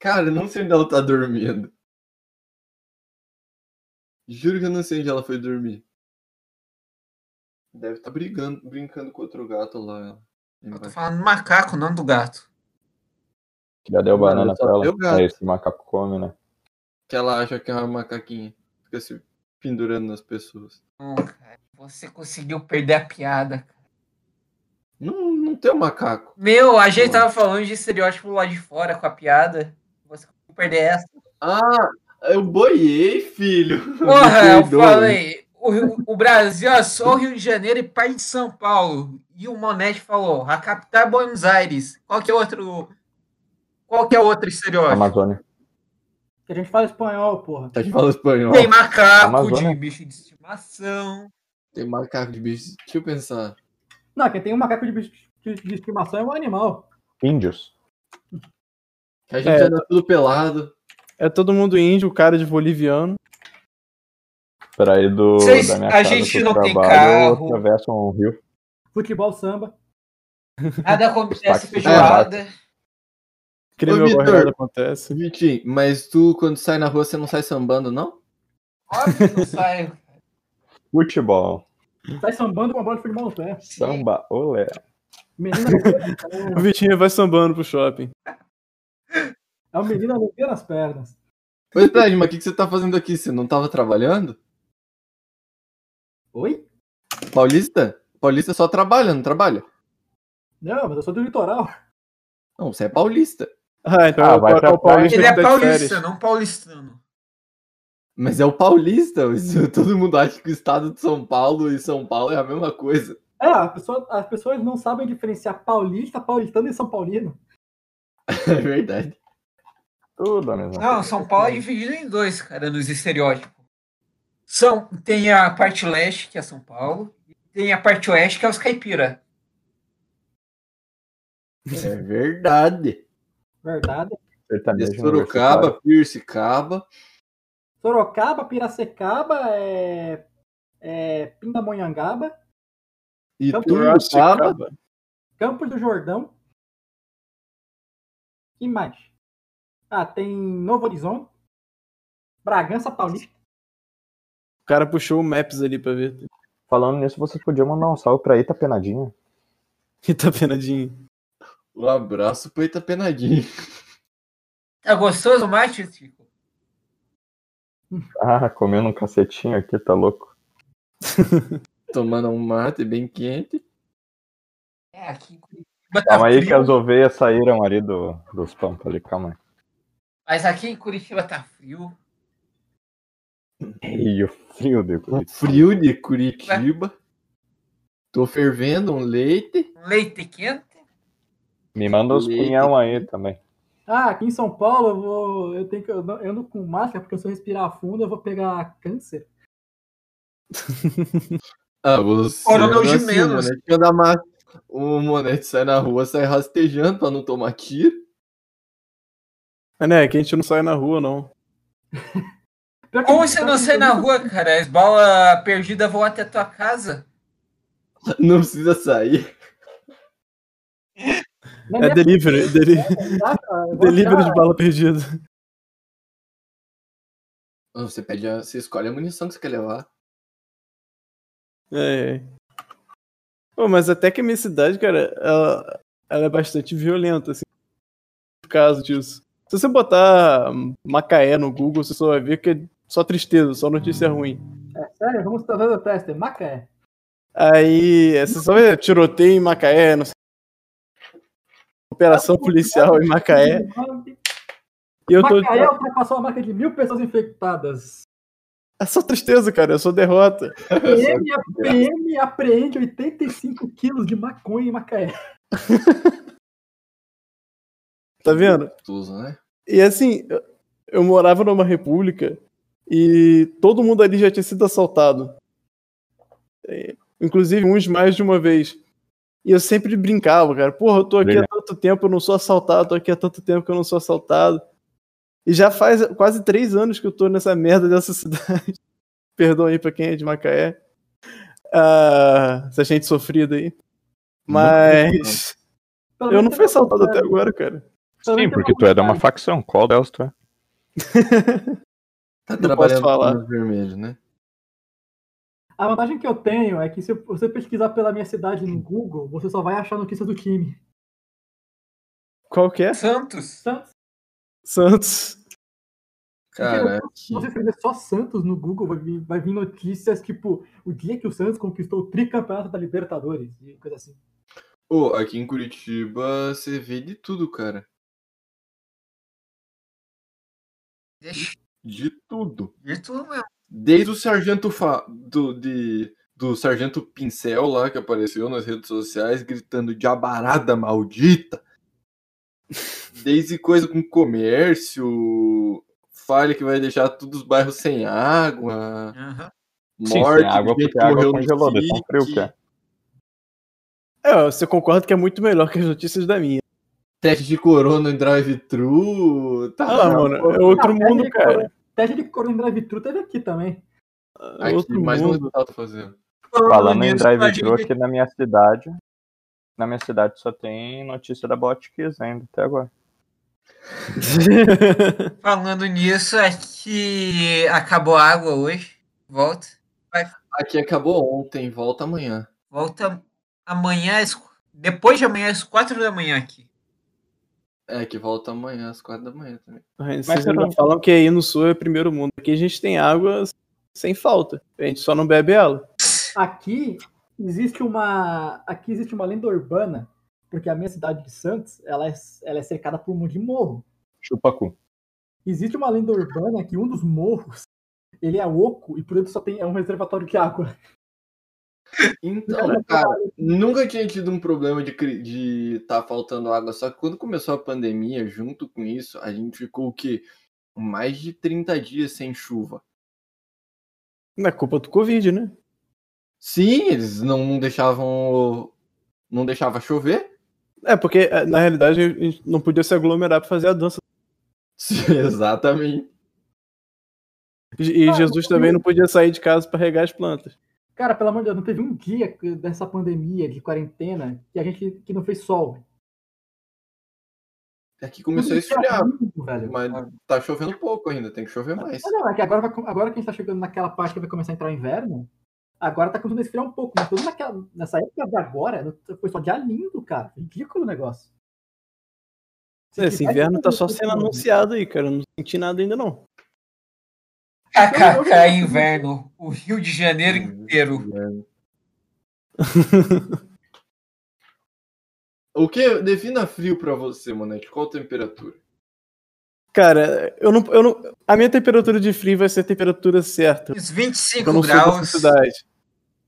Speaker 5: Cara, eu não sei onde ela tá dormindo. Juro que eu não sei onde ela foi dormir. Deve estar brigando, brincando com outro gato lá.
Speaker 4: Eu tô falando macaco, não do gato.
Speaker 3: Que já deu banana
Speaker 5: Mano, só
Speaker 3: pra ela.
Speaker 5: deu gato.
Speaker 3: É isso que o macaco come, né?
Speaker 5: Que ela acha que é uma macaquinha. Fica se pendurando nas pessoas.
Speaker 4: Não, cara. Você conseguiu perder a piada. cara.
Speaker 5: Não, não tem um macaco.
Speaker 4: Meu, a gente tava falando de estereótipo lá de fora com a piada. Você conseguiu perder essa.
Speaker 5: Ah, eu boiei, filho.
Speaker 4: Porra, eu
Speaker 5: perdoa,
Speaker 4: falei. O, Rio- o Brasil é só o Rio de Janeiro e parte de São Paulo. E o Monete falou, a capital é Buenos Aires. Qual que é outro... Qual que é outro estereótipo?
Speaker 3: Amazônia.
Speaker 1: Que a gente fala espanhol, porra.
Speaker 5: Tá de fala espanhol.
Speaker 4: Tem macaco,
Speaker 3: Amazônia.
Speaker 4: de bicho de estimação.
Speaker 5: Tem macaco de bicho. Deixa eu pensar.
Speaker 1: Não, quem tem um macaco de, bicho- de- de estimação é um animal.
Speaker 3: Índios.
Speaker 5: A gente
Speaker 2: É.
Speaker 5: anda tudo pelado.
Speaker 2: É todo mundo índio, cara de boliviano.
Speaker 3: Peraí do
Speaker 4: Vocês-
Speaker 3: da minha
Speaker 4: a
Speaker 3: casa
Speaker 4: gente
Speaker 3: pro
Speaker 4: não tem
Speaker 3: trabalho,
Speaker 4: carro.
Speaker 3: atravessa um rio.
Speaker 1: Futebol, samba.
Speaker 4: Nada acontece
Speaker 3: Sotaque
Speaker 4: feijoada.
Speaker 2: Crime
Speaker 5: Ô,
Speaker 2: ou
Speaker 5: Vitor.
Speaker 2: guarda acontece.
Speaker 5: Vitinho, mas tu, quando sai na rua, você não sai sambando, não?
Speaker 4: Óbvio que não sai.
Speaker 3: Futebol.
Speaker 1: Sai sambando com a bola de futebol no pé.
Speaker 3: Samba, olé.
Speaker 1: Menina *laughs*
Speaker 2: O Vitinho vai sambando pro shopping.
Speaker 1: é uma menina limpia nas pernas.
Speaker 5: Pois peraí, mas o que, que você tá fazendo aqui? Você não tava trabalhando?
Speaker 1: Oi?
Speaker 5: Paulista? Paulista só trabalha, não trabalha?
Speaker 1: Não, mas eu sou do litoral.
Speaker 5: Não, você é paulista.
Speaker 2: Ah, então
Speaker 3: Ah,
Speaker 2: é o-
Speaker 3: vai
Speaker 2: é,
Speaker 3: pra
Speaker 2: o
Speaker 3: praia.
Speaker 2: Paulista que
Speaker 4: Ele
Speaker 2: tá
Speaker 4: é
Speaker 2: de
Speaker 4: paulista,
Speaker 2: férias.
Speaker 4: não paulistano.
Speaker 5: Mas é o paulista. *laughs* Todo mundo acha que o estado de São Paulo e São Paulo é a mesma coisa. *laughs*
Speaker 1: É, a pessoa- as pessoas não sabem diferenciar paulista, paulistano e são paulino.
Speaker 5: É verdade.
Speaker 3: Tudo a mesma
Speaker 4: Não, São Paulo é dividido em dois, cara, nos estereótipos. São, tem a parte leste, que é São Paulo, e tem a parte oeste, que é os caipira.
Speaker 5: É verdade.
Speaker 1: Verdade.
Speaker 5: De
Speaker 3: Sertanejo universitário.
Speaker 5: Sorocaba, Piracicaba.
Speaker 1: Sorocaba, Piracicaba, é, é, Pindamonhangaba,
Speaker 5: E
Speaker 1: Campo
Speaker 5: Turacaba.
Speaker 2: Piracicaba.
Speaker 1: Campos do Jordão. Que mais? Ah, tem Novo Horizonte, Bragança Paulista.
Speaker 2: O cara puxou o Maps ali pra ver. *laughs*
Speaker 3: Falando nisso, vocês podiam mandar um salve pra Ita Penadinha.
Speaker 2: E tá penadinho.
Speaker 5: Um abraço pro Itapenadinho.
Speaker 4: Tá gostoso o mate, Chico?
Speaker 3: Ah, comendo um cacetinho aqui, tá louco?
Speaker 5: *laughs* Tomando um mate bem quente.
Speaker 4: É, aqui em Curitiba tá
Speaker 3: Calma aí que
Speaker 4: frio,
Speaker 3: as ovelhas saíram ali do, dos pampas ali, calma
Speaker 4: mas aqui em Curitiba tá frio.
Speaker 3: aí. E o frio de
Speaker 5: Um
Speaker 3: Curitiba.
Speaker 5: frio de Curitiba. Tô fervendo um leite.
Speaker 4: Leite quente?
Speaker 3: Me manda uns
Speaker 5: Eita.
Speaker 3: punhão aí também.
Speaker 1: Ah, aqui em São Paulo eu vou. Eu tenho que. Eu não- eu ando com máscara, porque se eu respirar fundo, eu vou pegar câncer.
Speaker 5: Ah, você. né?
Speaker 4: Ora, meu de
Speaker 5: Nossa, o
Speaker 4: menos.
Speaker 5: Monete anda mais- O Monete sai na rua, sai rastejando pra não tomar tiro.
Speaker 2: Mas né, que a gente não sai na rua, não.
Speaker 1: Pior que-
Speaker 4: Como você não sai na rua, cara? As balas perdidas vão até tua casa.
Speaker 5: *laughs* Não precisa sair.
Speaker 1: Na
Speaker 2: É
Speaker 1: minha
Speaker 2: delivery. deli-
Speaker 1: casa, cara, Ah, tá. eu vou
Speaker 2: delivery
Speaker 1: achar-
Speaker 2: de bala perdida.
Speaker 5: Ah, Você pede a... Você escolhe a munição que você quer levar.
Speaker 2: É. Pô, mas até que a minha cidade, cara, ela, ela é bastante violenta, assim. Por causa disso. Se você botar Macaé no Google, você só vai ver que é só tristeza, só notícia ruim.
Speaker 1: É, sério, vamos fazer o teste. Macaé.
Speaker 2: Aí, é, você só vê tiroteio em Macaé, não sei. Operação policial em Macaé. E eu tô.
Speaker 1: Macaé ultrapassou a marca de mil pessoas infectadas.
Speaker 2: É só tristeza, cara, é só derrota.
Speaker 1: PM, a PM apreende 85 quilos de maconha em Macaé.
Speaker 2: Tá vendo?
Speaker 5: Tuso, né?
Speaker 2: E assim, eu- eu morava numa república e todo mundo ali já tinha sido assaltado. É, Inclusive uns mais de uma vez. E eu sempre brincava, cara. Porra, eu tô aqui há
Speaker 3: Brilhante.
Speaker 2: tanto tempo, eu não sou assaltado, tô aqui há tanto tempo que eu não sou assaltado. E já faz quase três anos que eu tô nessa merda dessa *laughs* cidade. Perdão aí pra quem é de Macaé. Ah, essa gente sofrida aí.
Speaker 5: é
Speaker 2: Mas
Speaker 1: Pelo
Speaker 2: eu
Speaker 1: menos
Speaker 2: não
Speaker 1: você
Speaker 2: fui
Speaker 1: tá
Speaker 2: assaltado até
Speaker 1: falando.
Speaker 2: agora, cara.
Speaker 1: Pelo
Speaker 3: Sim,
Speaker 1: menos
Speaker 3: porque
Speaker 1: você
Speaker 3: tu é da
Speaker 1: falando.
Speaker 3: uma facção. Qual delas tu é?
Speaker 5: Tá
Speaker 2: Não posso
Speaker 5: trabalhando com
Speaker 2: falar.
Speaker 5: o vermelho, né?
Speaker 1: A vantagem que eu tenho é que se você pesquisar pela minha cidade no Google, você só vai achar notícia do time.
Speaker 2: Qual que é?
Speaker 4: Santos.
Speaker 1: Santos,
Speaker 2: Santos.
Speaker 5: Cara,
Speaker 1: se você escrever só Santos no Google, vai vir, vai vir notícias tipo o dia que o Santos conquistou o tricampeonato da Libertadores e coisa assim.
Speaker 5: Pô, aqui em Curitiba você vê de tudo, cara.
Speaker 4: Deixa
Speaker 5: De tudo.
Speaker 4: eu ver tu, meu.
Speaker 5: Desde o sargento fa... do, de... do sargento pincel lá que apareceu nas redes sociais gritando diabarada maldita. Desde coisa com comércio, falha que vai deixar todos os bairros sem água.
Speaker 4: Aham.
Speaker 3: Sim,
Speaker 5: Morte,
Speaker 3: sem água,
Speaker 5: de gente
Speaker 3: porque a água
Speaker 5: morreu no
Speaker 3: congelou, de tão frio que é.
Speaker 2: É, você concorda que é muito melhor que as notícias da minha.
Speaker 5: Teste de corona em drive-thru. Tá,
Speaker 2: Ah, mano, é outro
Speaker 1: Ah,
Speaker 2: mundo,
Speaker 1: teste de
Speaker 2: cara.
Speaker 1: corona- Teste de corona em drive-thru teve aqui também.
Speaker 2: É
Speaker 5: Aqui,
Speaker 2: outro
Speaker 5: mais um
Speaker 2: mundo.
Speaker 5: hospital tá fazendo.
Speaker 3: Falando em
Speaker 4: nisso,
Speaker 3: drive-thru
Speaker 4: a gente-
Speaker 3: aqui na minha cidade. Na minha cidade só tem notícia da Botkiss ainda até agora.
Speaker 4: Falando nisso, é que acabou a água hoje. Volta.
Speaker 5: Aqui acabou ontem, volta amanhã.
Speaker 4: Volta amanhã, às- depois de amanhã, às quatro da manhã aqui.
Speaker 5: É, que volta amanhã, às quatro da manhã né? também.
Speaker 2: *laughs* Mas tá
Speaker 3: Mas
Speaker 2: Vocês
Speaker 3: você
Speaker 2: ainda
Speaker 3: não-
Speaker 2: falam que aí no sul é primeiro mundo. Aqui a gente tem água sem falta. A gente só não bebe ela.
Speaker 1: Aqui existe uma aqui existe uma lenda urbana porque a minha cidade de Santos ela é, ela é cercada por um monte de morro.
Speaker 3: Chupacu.
Speaker 1: Existe uma lenda urbana que um dos morros ele é oco e por dentro só tem é um reservatório de água.
Speaker 5: Então, cara, nunca tinha tido um problema de estar de tá faltando água. Só que quando começou a pandemia, junto com isso, a gente ficou o quê? Mais de 30 dias sem chuva.
Speaker 2: Não é culpa do Covid, né?
Speaker 5: Sim, eles não deixavam. Não deixava chover. *laughs*
Speaker 2: É, porque eh, na realidade a gente não podia se aglomerar pra fazer a dança.
Speaker 5: Sim, exatamente.
Speaker 2: E e Jesus também não podia sair de casa pra regar as plantas.
Speaker 1: Cara, pelo amor de Deus, não teve um dia que- dessa pandemia de quarentena que a gente que não fez sol.
Speaker 5: Aqui começou a
Speaker 1: Tudo isso é né?
Speaker 5: esfriar,
Speaker 1: lindo, velho.
Speaker 5: mas tá chovendo pouco ainda, tem que chover mais.
Speaker 1: Ah, não, é que agora, vai com- agora que a gente tá chegando naquela parte que vai começar a entrar o inverno, agora tá começando a esfriar um pouco, mas todo naquela, nessa época de agora, no- foi só dia lindo, cara. Ridículo o negócio. Se
Speaker 2: Esse
Speaker 1: tivesse
Speaker 2: inverno tá
Speaker 1: todo
Speaker 2: só
Speaker 1: mundo
Speaker 2: sendo
Speaker 1: todo mundo.
Speaker 2: anunciado aí, cara. Eu não senti nada ainda, não.
Speaker 4: KKK inverno. O Rio de Janeiro inteiro.
Speaker 5: O que defina frio pra você, Monete? Qual temperatura?
Speaker 2: Cara, eu não, eu não. A minha temperatura de frio vai ser a temperatura certa.
Speaker 4: Uns
Speaker 2: Eu
Speaker 4: 25
Speaker 2: não sou dessa
Speaker 4: graus.
Speaker 2: cidade.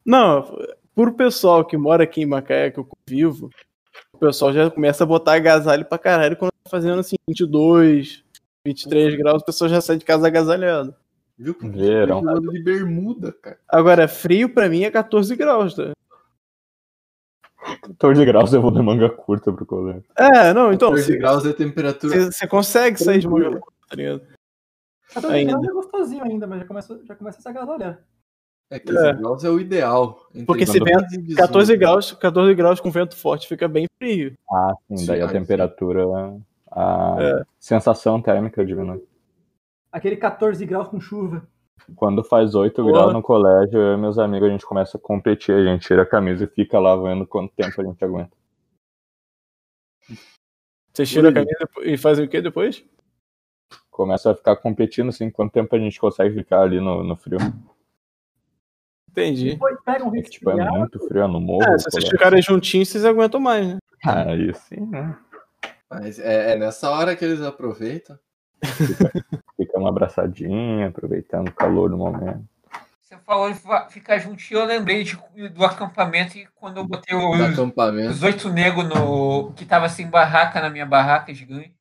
Speaker 2: Não, pro pessoal que mora aqui em Macaé, que eu convivo, o pessoal já começa a botar agasalho pra caralho quando tá fazendo assim 22, 23 graus, o pessoal já sai de casa agasalhado.
Speaker 5: Viu? como
Speaker 3: Verão.
Speaker 5: você tá de bermuda, cara.
Speaker 2: Agora, frio pra mim é 14 graus, tá?
Speaker 3: 14 graus eu vou de manga curta pro colégio.
Speaker 2: É, não, então,
Speaker 5: 14
Speaker 2: você
Speaker 5: graus é a temperatura.
Speaker 2: você consegue sair de
Speaker 5: Tranquilo.
Speaker 2: manga curta, tá ligado?
Speaker 1: Tá todo mundo
Speaker 2: ainda.
Speaker 1: é gostosinho ainda, mas já começa, já começa a se agasalhar.
Speaker 5: É, 15 graus é o ideal. Entre
Speaker 2: Porque se
Speaker 5: 14
Speaker 2: vento-
Speaker 5: e 18.
Speaker 2: 14 graus, 14 graus com vento forte fica bem frio.
Speaker 3: Ah, sim,
Speaker 5: Sim,
Speaker 3: daí a
Speaker 5: aí sim.
Speaker 3: temperatura, a
Speaker 2: É.
Speaker 3: sensação térmica né? diminui.
Speaker 1: Aquele 14 graus com chuva.
Speaker 3: Quando faz 8
Speaker 2: Boa.
Speaker 3: graus no colégio, eu e meus amigos, a gente começa a competir, a gente tira a camisa e fica lá vendo quanto tempo a gente aguenta.
Speaker 2: Você tira a
Speaker 5: Ui.
Speaker 2: camisa e faz o quê depois?
Speaker 3: Começa a ficar competindo, assim, quanto tempo a gente consegue ficar ali no, no frio.
Speaker 2: Entendi.
Speaker 1: Depois pega um
Speaker 3: É que, tipo, é
Speaker 1: resfriado.
Speaker 3: muito frio, é no morro.
Speaker 2: É,
Speaker 3: o
Speaker 2: se
Speaker 5: né?
Speaker 2: vocês
Speaker 3: colégio.
Speaker 2: ficarem juntinhos, vocês aguentam mais, né?
Speaker 3: Ah, aí sim, né?
Speaker 5: Mas é, é nessa hora que eles aproveitam.
Speaker 3: Fica uma abraçadinha, aproveitando o calor do momento.
Speaker 4: Você falou de fa- ficar juntinho, eu lembrei de- do acampamento e quando eu botei
Speaker 5: Do
Speaker 4: os,
Speaker 5: acampamento.
Speaker 4: os oito negros no. que tava sem barraca na minha barraca gigante.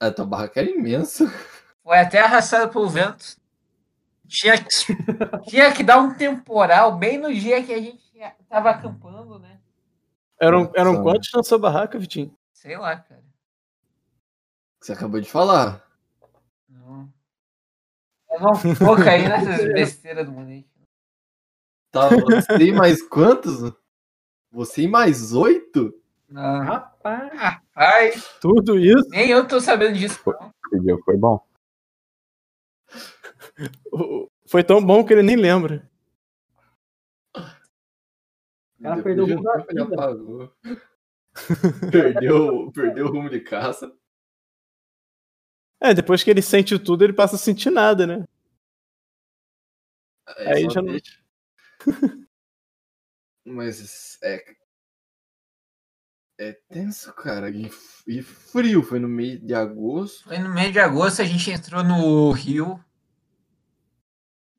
Speaker 5: A é, tua barraca era imensa.
Speaker 4: Foi até arrastado pelo vento. Tinha que, tinha que dar um temporal bem no dia que a gente tava acampando, né?
Speaker 2: Eram, eram
Speaker 5: Sabe.
Speaker 2: quantos na sua barraca, Vitinho?
Speaker 4: Sei lá, cara.
Speaker 5: que Você acabou de falar.
Speaker 4: Não. Eu não vou cair nessas besteiras do mundo. aí.
Speaker 5: Tá, você e mais quantos? Você e mais oito?
Speaker 4: Não.
Speaker 1: Rapaz,
Speaker 4: Ai,
Speaker 2: Tudo isso?
Speaker 4: nem eu tô sabendo disso. não.
Speaker 3: Esse dia foi bom.
Speaker 2: O- Foi tão bom que ele nem lembra.
Speaker 1: cara
Speaker 5: Depois
Speaker 1: perdeu o
Speaker 5: de
Speaker 1: rumo da
Speaker 5: um tempo ele
Speaker 1: vida.
Speaker 5: apagou. *laughs* perdeu, perdeu o rumo de caça.
Speaker 2: É, depois que ele sente tudo, ele passa a sentir nada, né? Aí
Speaker 5: É, só
Speaker 2: já não-
Speaker 5: deixa. Mas é. É tenso, cara. E, f- e frio. Foi no meio de agosto.
Speaker 4: Foi no meio de agosto, a gente entrou no rio.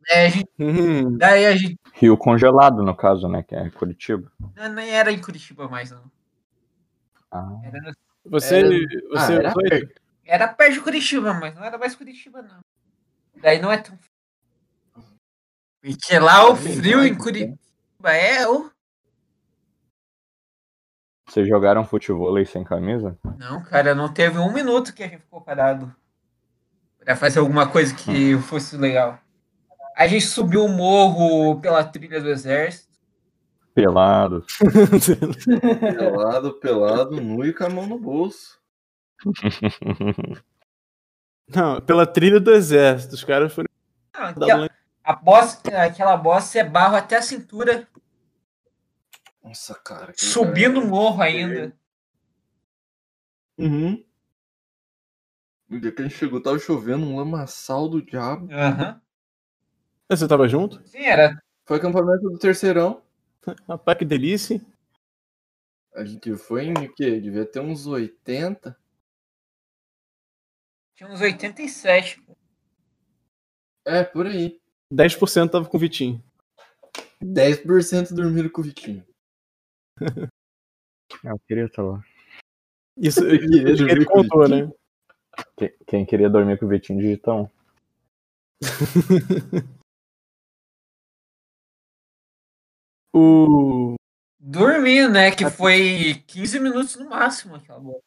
Speaker 4: É, a gente-
Speaker 2: Hum,
Speaker 4: daí a gente.
Speaker 3: Rio congelado, no caso, né? Que é Curitiba.
Speaker 4: não, Nem era em Curitiba mais, não.
Speaker 3: Ah.
Speaker 4: Era, no-
Speaker 2: você. você
Speaker 5: ah, era
Speaker 2: foi-
Speaker 5: perto.
Speaker 4: era perto de Curitiba, mas não era mais Curitiba, não. Daí não é tão. Porque lá o frio em Curitiba é o.
Speaker 3: Vocês jogaram futebol aí sem camisa?
Speaker 4: Não, cara, não teve um minuto que a gente ficou parado pra fazer alguma coisa que fosse legal. A gente subiu o morro pela trilha do exército.
Speaker 3: Pelado. *laughs*
Speaker 5: pelado, pelado, nu e com a mão no bolso.
Speaker 2: *laughs* Não, pela trilha do exército. Os caras foram.
Speaker 4: Não, aquela, a bosta, aquela bosta é barro até a cintura,
Speaker 5: Nossa, cara. aquele
Speaker 4: subindo o
Speaker 5: cara-
Speaker 4: morro ainda.
Speaker 5: Uhum. O dia que a gente chegou, tava chovendo, um lamaçal do diabo.
Speaker 4: Aham.
Speaker 2: Você tava junto?
Speaker 4: Sim, era.
Speaker 5: Foi acampamento do terceirão.
Speaker 2: Rapaz, que delícia.
Speaker 5: A gente foi em o quê? Devia ter uns 80.
Speaker 4: Tinha uns 87.
Speaker 5: É, por aí.
Speaker 2: 10% tava com o Vitinho.
Speaker 5: 10% dormiram com o Vitinho.
Speaker 3: É, Eu queria tá estar lá.
Speaker 2: Isso
Speaker 5: Eu queria
Speaker 2: isso que *laughs* ele
Speaker 5: dormir com o
Speaker 2: contou, né?
Speaker 3: Quem, quem queria dormir com *laughs* o Vitinho Digitão?
Speaker 2: O.
Speaker 4: Dormindo, né? Que foi 15 minutos no máximo aquela bosta.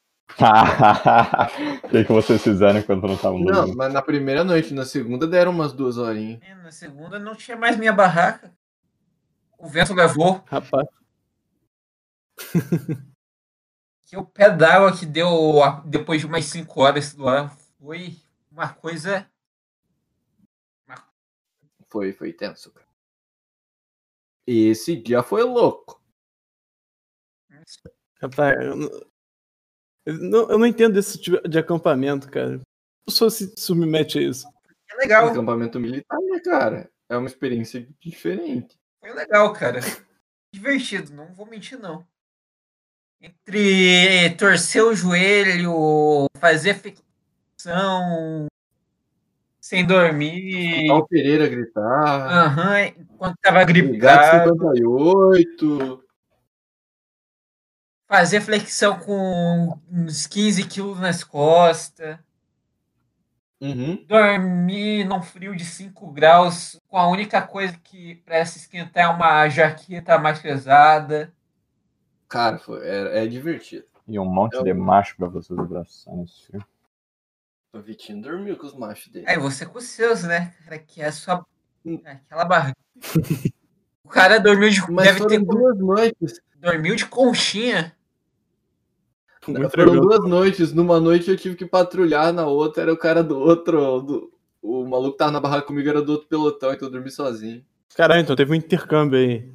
Speaker 3: o que, que vocês fizeram enquanto não estavam
Speaker 5: Não,
Speaker 2: Uhum.
Speaker 3: dormindo?
Speaker 5: mas na primeira noite, na segunda deram umas duas horinhas.
Speaker 4: E Na segunda não tinha mais minha barraca. O vento levou.
Speaker 2: Rapaz.
Speaker 4: que o pé d'água que deu a- depois de umas 5 horas do ar foi uma coisa.
Speaker 5: Foi, foi tenso, cara. E esse dia foi louco.
Speaker 2: Rapaz, eu não, eu não- eu não entendo esse tipo de acampamento, cara. A pessoa se submete a isso.
Speaker 4: É legal,
Speaker 5: Acampamento militar, né, cara? É uma experiência diferente.
Speaker 4: foi legal, cara. Divertido, não vou mentir, não. Entre torcer o joelho, fazer ficção, sem dormir.
Speaker 5: Tal Pereira gritar,
Speaker 4: Aham, enquanto tava
Speaker 5: ligar
Speaker 4: gripado,
Speaker 5: 58.
Speaker 4: fazer flexão com uns 15 quilos nas costas.
Speaker 5: Uhum.
Speaker 4: dormir num frio de 5 graus, com a única coisa que para se esquentar é uma jaqueta mais pesada.
Speaker 5: Cara, foi, é, é divertido.
Speaker 3: E um monte de macho pra vocês abraçarem nesse filme.
Speaker 5: O Vitinho dormiu com os machos dele.
Speaker 4: Aí você com os seus, né, cara? Que é a sua.
Speaker 5: Hum.
Speaker 4: Aquela barriga. O cara dormiu de.
Speaker 5: Mas
Speaker 4: deve ter.
Speaker 5: foram duas noites.
Speaker 4: Dormiu de conchinha.
Speaker 2: Muito
Speaker 5: foram
Speaker 2: legal.
Speaker 5: duas noites. Numa noite eu tive que patrulhar, na outra era o cara do outro. do- O maluco que tava na barraca comigo era do outro pelotão, então eu dormi sozinho.
Speaker 2: Caralho, então teve um intercâmbio aí.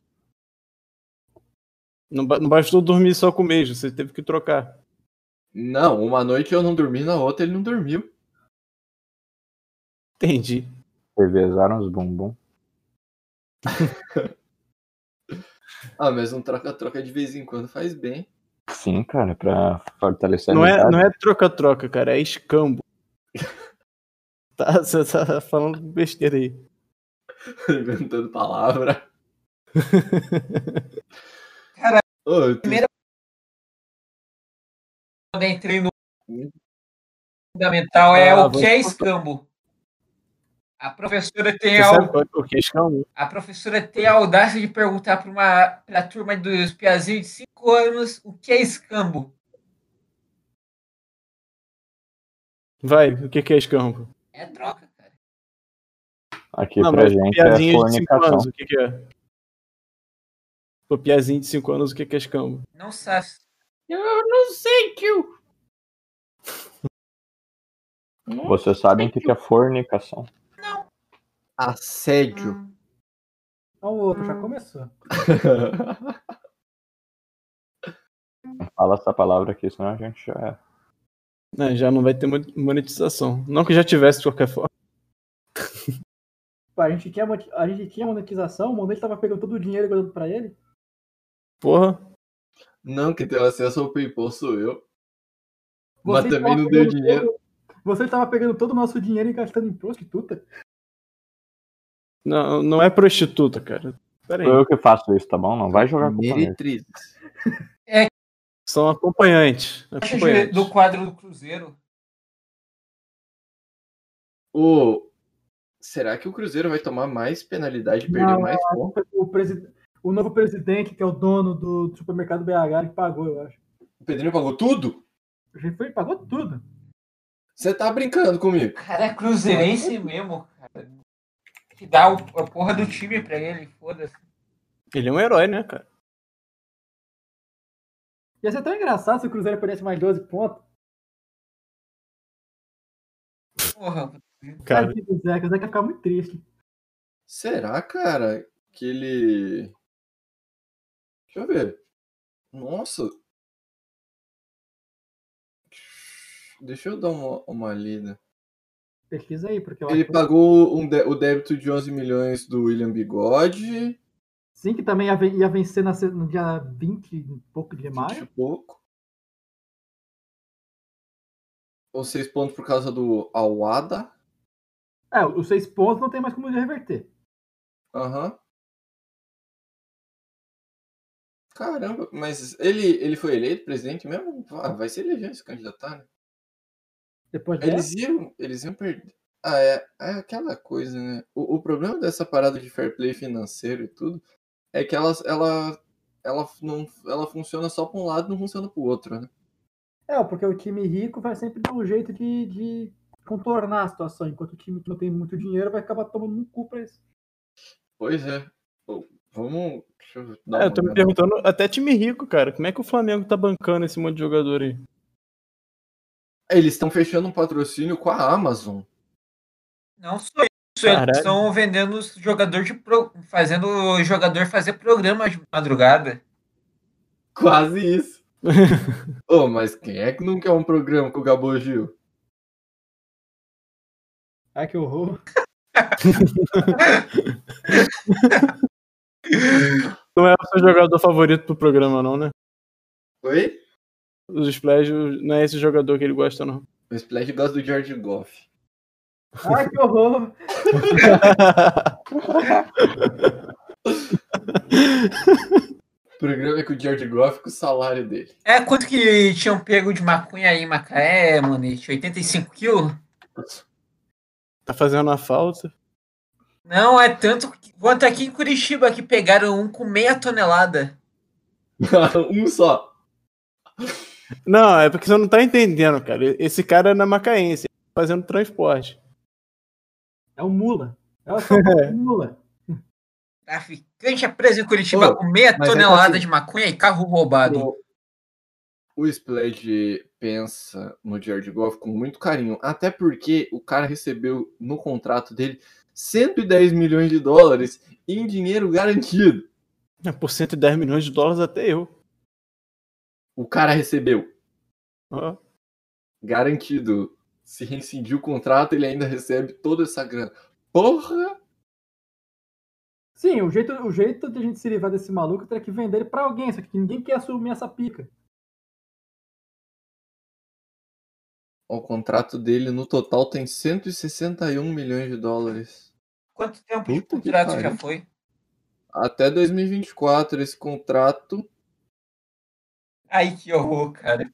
Speaker 2: Não, ba- não bastou dormir só com o mesmo, você teve que trocar.
Speaker 5: Não, uma noite eu não dormi, na outra ele não dormiu.
Speaker 2: Entendi.
Speaker 3: Revezaram os bumbum.
Speaker 5: Ah, mas um troca-troca de vez em quando faz bem. *laughs*
Speaker 3: Sim, cara, pra fortalecer a
Speaker 2: Não é,
Speaker 3: amizade.
Speaker 2: não é troca-troca, cara, é *laughs* escambo. tá, você tá falando besteira aí.
Speaker 5: Inventando
Speaker 4: *laughs*
Speaker 5: palavra.
Speaker 4: Cara,
Speaker 5: Ô, eu tenho-
Speaker 4: primeira- Quando eu entrei no fundamental é
Speaker 2: Ah,
Speaker 4: o que é escambo. A professora tem a,
Speaker 2: sabe qual é o que é escambo?
Speaker 4: a professora tem a audácia de perguntar para uma pra turma dos piazinhos de 5 anos o que é escambo.
Speaker 2: Vai, o que que é escambo?
Speaker 4: É troca, cara.
Speaker 3: Aqui pra
Speaker 2: mas
Speaker 3: gente é
Speaker 2: piazinha de 5
Speaker 3: fornicação.
Speaker 2: anos, o que que é? Pô, piazinha de 5 anos, o que que é escambo?
Speaker 4: Não sabe.
Speaker 3: Vocês sabem o que que é fornicação.
Speaker 5: Assédio.
Speaker 1: Olha o outro,
Speaker 2: Hum.
Speaker 1: já começou.
Speaker 3: Fala essa palavra aqui, senão a gente já é.
Speaker 2: Não, já não vai ter mon- monetização. Não que já tivesse de qualquer forma.
Speaker 1: Pô, a, gente tinha, moni- a gente tinha monetização, o Monete tava pegando todo o dinheiro e guardando pra ele.
Speaker 2: Porra,
Speaker 5: *laughs* Não, que tem acesso ao PayPal sou eu.
Speaker 1: Você
Speaker 5: Mas
Speaker 1: tava
Speaker 5: também não deu
Speaker 1: pegando
Speaker 5: dinheiro.
Speaker 1: todo- Você tava pegando todo o nosso dinheiro e gastando em prostituta.
Speaker 2: não, não é prostituta, cara. Pera aí,
Speaker 3: Foi eu que faço isso, tá bom? Não vai jogar culpa nele.
Speaker 5: Meretrizes.
Speaker 2: são acompanhantes.
Speaker 4: Acha
Speaker 2: acompanhantes.
Speaker 4: do quadro do Cruzeiro.
Speaker 5: Ô, será que o Cruzeiro vai tomar mais penalidade e perder
Speaker 1: Não,
Speaker 5: mais pontos?
Speaker 1: O, presi- o novo presidente, que é o dono do supermercado BH, ele pagou, eu acho.
Speaker 5: O Pedrinho pagou tudo?
Speaker 1: Ele foi- pagou tudo.
Speaker 5: Você tá brincando comigo?
Speaker 4: Cara, é cruzeirense mesmo, cara. Que dá o, a porra do time pra ele, foda-se.
Speaker 2: Ele é um herói, né, cara?
Speaker 1: Ia ser tão engraçado se o Cruzeiro perdesse mais 12 pontos.
Speaker 4: Porra,
Speaker 2: Cara,
Speaker 1: Tadinho do Zeca, o Zeca ia ficar muito triste.
Speaker 5: Será, cara, que ele. Deixa eu ver. Nossa. Deixa eu dar uma, uma lida.
Speaker 1: Pesquisa aí, porque eu
Speaker 5: Ele
Speaker 1: acho
Speaker 5: pagou um dé- o débito de 11 milhões do William Bigode.
Speaker 1: que sim que também ia, ven- ia vencer na se- no dia 20 e pouco de
Speaker 5: de
Speaker 1: maio.
Speaker 5: pouco. Ou seis pontos por causa do Awada.
Speaker 1: É, os seis pontos não tem mais como reverter.
Speaker 5: Aham. Caramba, mas ele, ele foi eleito presidente mesmo? Ah, vai se eleger se candidatar, né?
Speaker 1: Depois dessa,
Speaker 5: Eles iam, eles iam perder. Ah, é, é aquela coisa, né? O, o problema dessa parada de fair play financeiro e tudo é que ela, ela, ela, não, ela funciona só pra um lado e não funciona pro outro, né?
Speaker 1: É, porque o time rico vai sempre dar um jeito de, de contornar a situação, enquanto o time que não tem muito dinheiro vai acabar tomando um cu pra isso.
Speaker 5: Pois é. Pô, vamos. Deixa eu dar
Speaker 2: é, eu
Speaker 5: uma
Speaker 2: tô me
Speaker 5: olhada.
Speaker 2: perguntando, até time rico, cara, como é que o Flamengo tá bancando esse monte de jogador aí?
Speaker 5: Eles estão fechando um patrocínio com a Amazon.
Speaker 4: não só isso. Eles
Speaker 2: Caralho.
Speaker 4: estão um vendendo os jogador de pro, fazendo o jogador fazer programa de madrugada.
Speaker 5: Quase isso. *laughs* Ô, mas quem é que não quer um programa com o Gabo Gil?
Speaker 1: Ai, que horror.
Speaker 2: Não é o seu jogador favorito pro programa, não, né?
Speaker 5: Oi?
Speaker 2: Os Splash não é esse jogador que ele gosta, não.
Speaker 5: O Splash gosta do George Goff.
Speaker 1: Ai, que horror.
Speaker 5: O programa é com o George Goff com o salário dele. *laughs*
Speaker 4: É quanto que tinham pego de maconha aí em Macaé, Manete? 85 quilos?
Speaker 2: tá fazendo uma falta.
Speaker 4: Não, é tanto que- quanto aqui em Curitiba que pegaram um com meia tonelada.
Speaker 5: um só.
Speaker 2: Não, é porque você não tá entendendo, cara. Esse cara é na Macaense, ele tá fazendo transporte.
Speaker 1: É o Mula. É o São Paulo Mula.
Speaker 4: Traficante é preso em Curitiba
Speaker 5: Ô,
Speaker 4: com meia
Speaker 5: mas é que
Speaker 4: tonelada
Speaker 5: assim-
Speaker 4: de maconha e carro roubado.
Speaker 5: O, o Splash pensa no George Goff com muito carinho. Até porque o cara recebeu no contrato dele 110 milhões de dólares em dinheiro garantido.
Speaker 2: É, Por 110 milhões de dólares até eu.
Speaker 5: O cara recebeu.
Speaker 2: Ó,
Speaker 5: garantido. Se rescindir o contrato, ele ainda recebe toda essa grana. Porra!
Speaker 1: Sim, o jeito, o jeito de a gente se livrar desse maluco é ter que vender ele pra alguém, só que ninguém quer assumir essa pica.
Speaker 5: O contrato dele no total tem 161 milhões de um dólares.
Speaker 4: Quanto tempo de
Speaker 5: Puta que
Speaker 4: contrato
Speaker 5: pariu.
Speaker 4: já foi?
Speaker 5: Até 2024 esse contrato.
Speaker 4: Ai, que horror, cara.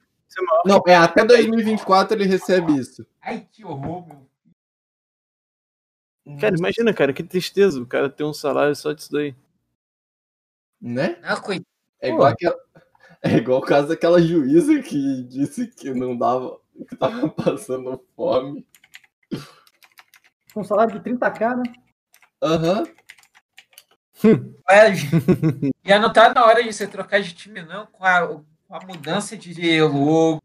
Speaker 5: Não, é até 2024 ele recebe isso.
Speaker 4: Ai, que horror, meu.
Speaker 2: Cara, imagina, cara, que tristeza. O cara ter um salário só disso daí.
Speaker 5: Né?
Speaker 4: Ah,
Speaker 5: *laughs*
Speaker 4: coitado.
Speaker 5: É igual aquela. É igual o caso daquela juíza que disse que não dava, que tava *laughs* passando fome.
Speaker 1: Com um salário de 30k, né?
Speaker 5: Aham.
Speaker 4: Já não tá na hora de você trocar de time, não, com a, com a mudança de logo,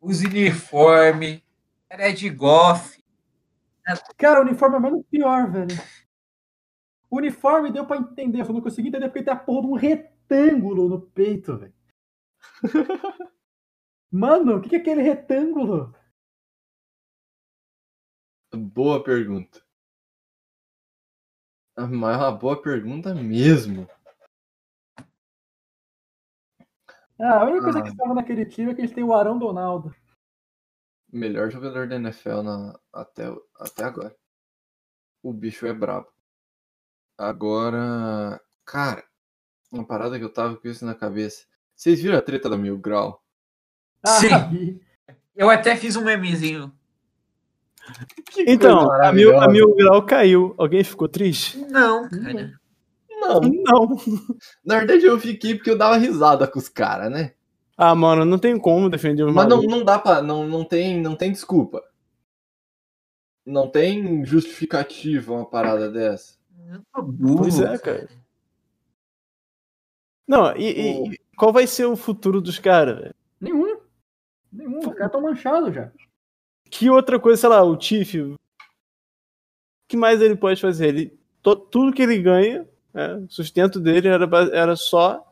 Speaker 4: os uniformes, cara é de golfe.
Speaker 1: Cara, o uniforme é menos pior, velho. O uniforme deu pra entender, eu só não consegui entender porque tem a porra de um retângulo no peito, *laughs* velho. Mano, o que, que é aquele retângulo?
Speaker 5: Boa pergunta. Ah, Mas é uma boa pergunta mesmo.
Speaker 1: Ah, a única coisa
Speaker 5: Ah.
Speaker 1: que salva naquele time é que eles têm o Arão Donaldo.
Speaker 5: Melhor jogador da NFL na- até, o- até agora. O bicho é brabo. Agora, cara, uma parada que eu tava com isso na cabeça. Vocês viram a treta da Mil Grau?
Speaker 1: Ah,
Speaker 4: Sim. Eu até fiz um memezinho.
Speaker 2: Então,
Speaker 5: coisa
Speaker 2: a mil, a
Speaker 5: maravilhosa.
Speaker 2: mil grau caiu. Alguém ficou triste?
Speaker 4: Não,
Speaker 5: Uhum.
Speaker 4: cara.
Speaker 5: Não,
Speaker 2: Não.
Speaker 5: na verdade eu fiquei porque eu dava risada com os caras, né?
Speaker 2: Ah, mano, não tem como defender o
Speaker 5: Mas não,
Speaker 2: maluco.
Speaker 5: não dá pra. Não, não, tem, não tem desculpa. Não tem justificativa uma parada dessa.
Speaker 4: Eu tô tá burro.
Speaker 2: Pois é, cara. Não, e, e- e qual vai ser o futuro dos caras? velho?
Speaker 1: Nenhum. Nenhum. Os caras estão manchados já.
Speaker 2: Que outra coisa, sei lá, o Tiff. O que mais ele pode fazer? Ele, to- tudo que ele ganha, né, o sustento dele era, ba- era só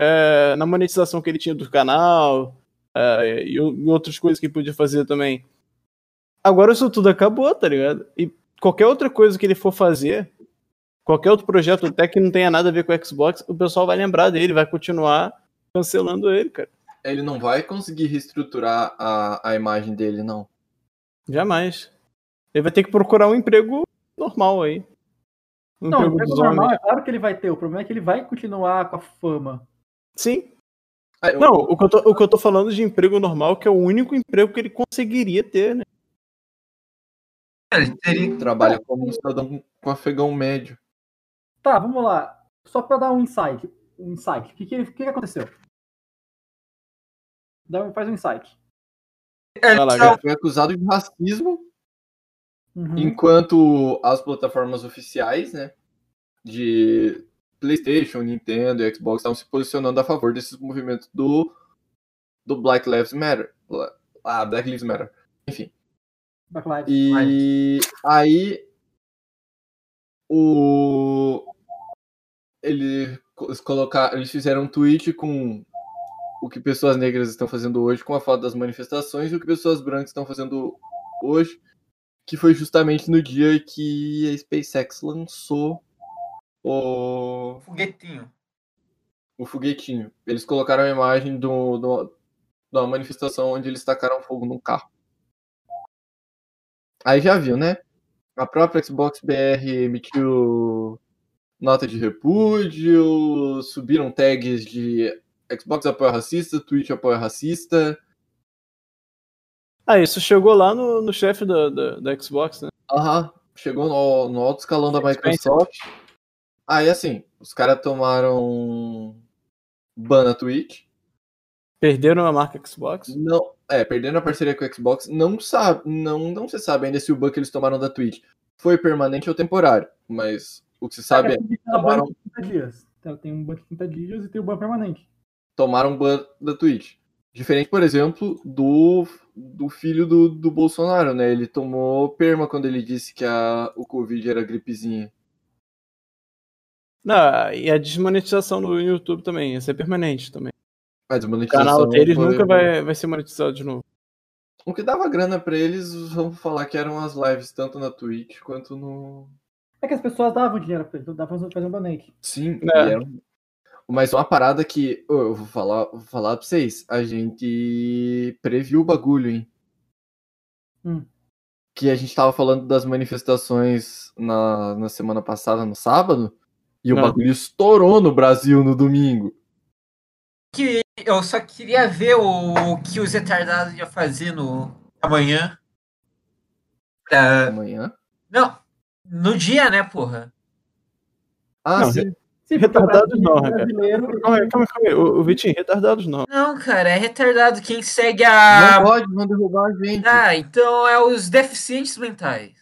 Speaker 2: é, na monetização que ele tinha do canal é, e, o- e outras coisas que ele podia fazer também. Agora isso tudo acabou, tá ligado? E qualquer outra coisa que ele for fazer, qualquer outro projeto até que não tenha nada a ver com o Xbox, o pessoal vai lembrar dele, vai continuar cancelando ele, cara.
Speaker 5: ele não vai conseguir reestruturar a, a imagem dele, não.
Speaker 2: Jamais. Ele vai ter que procurar um emprego normal aí. Um
Speaker 1: Não, o
Speaker 2: emprego
Speaker 1: emprego
Speaker 2: dos
Speaker 1: normal
Speaker 2: homens.
Speaker 1: é claro que ele vai ter. O problema é que ele vai continuar com a fama.
Speaker 2: Sim.
Speaker 5: Ah, eu-
Speaker 2: Não, o que, eu tô, o que eu tô falando de emprego normal, que é o único emprego que ele conseguiria ter, né?
Speaker 4: Ele teria-
Speaker 5: Ele trabalha como um cidadão com afegão médio.
Speaker 1: Tá, vamos lá. Só pra dar um insight. Um insight. O que, que, o que que aconteceu? Dá um- faz um insight.
Speaker 4: Ele
Speaker 5: É,
Speaker 2: Vai lá,
Speaker 4: só-
Speaker 5: Ele foi acusado de racismo,
Speaker 1: Uhum.
Speaker 5: enquanto as plataformas oficiais, né, de PlayStation, Nintendo e Xbox estavam se posicionando a favor desses movimentos do do Black Lives Matter. Ah, Black Lives Matter.
Speaker 1: Backlight.
Speaker 5: E aí o ele eles colocar, eles fizeram um tweet com o que pessoas negras estão fazendo hoje com a foto das manifestações e o que pessoas brancas estão fazendo hoje, que foi justamente no dia que a SpaceX lançou o,
Speaker 4: Foguetinho.
Speaker 5: o foguetinho. Eles colocaram a imagem do, do, de uma manifestação onde eles tacaram fogo num carro. Aí já viu, né? A própria Xbox BR emitiu nota de repúdio, subiram tags de Xbox apoia racista, Twitch apoia racista.
Speaker 2: Ah, isso chegou lá no, no chefe da, da, da Xbox, né?
Speaker 5: Aham, chegou no, no alto escalão da Microsoft. Aí assim, os caras tomaram ban na Twitch.
Speaker 2: Perderam a marca Xbox.
Speaker 5: Não, é, perdendo a parceria com o Xbox, não sabe, não, não se sabe ainda se o ban que eles tomaram da Twitch foi permanente ou temporário, mas o que se sabe é
Speaker 1: Ela tem
Speaker 5: tomaram-
Speaker 1: ban de 30 dias. Ela tem um ban de 30 dias e tem o ban permanente.
Speaker 5: tomaram ban da Twitch. Diferente, por exemplo, do, do filho do, do Bolsonaro, né? Ele tomou perma quando ele disse que a, o Covid era gripezinha.
Speaker 2: Não, e a desmonetização no YouTube também, ia ser permanente também.
Speaker 5: Mas a
Speaker 2: O canal deles
Speaker 5: foi-
Speaker 2: nunca vai, vai ser monetizado de novo.
Speaker 5: O que dava grana pra eles, vamos falar que eram as lives, tanto na Twitch quanto no,
Speaker 1: É que as pessoas davam dinheiro pra ele, então davam pra fazer um banate.
Speaker 5: Sim,
Speaker 2: É.
Speaker 5: e era um- mas uma parada que ô, eu vou falar, vou falar pra vocês, a gente previu o bagulho, hein?
Speaker 1: Hum.
Speaker 5: que a gente tava falando das manifestações na, na semana passada, no sábado, e
Speaker 2: Não.
Speaker 5: o bagulho estourou no Brasil no domingo.
Speaker 4: Que eu só queria ver o, o que os retardados iam fazer no amanhã. Pra-
Speaker 5: Amanhã.
Speaker 4: Não, no dia, né, porra?
Speaker 5: Ah,
Speaker 2: Não,
Speaker 5: sim.
Speaker 1: Sim,
Speaker 2: Retardado
Speaker 1: porque o
Speaker 2: não, é?
Speaker 1: brasileiro-
Speaker 2: cara.
Speaker 1: brasileiro-
Speaker 2: Calma aí, calma aí, calma aí. Ô, ô, Vitinho, retardados não.
Speaker 4: Não, cara, é retardado quem segue a.
Speaker 5: Não pode, vão derrubar a gente.
Speaker 4: Ah, então é os deficientes mentais.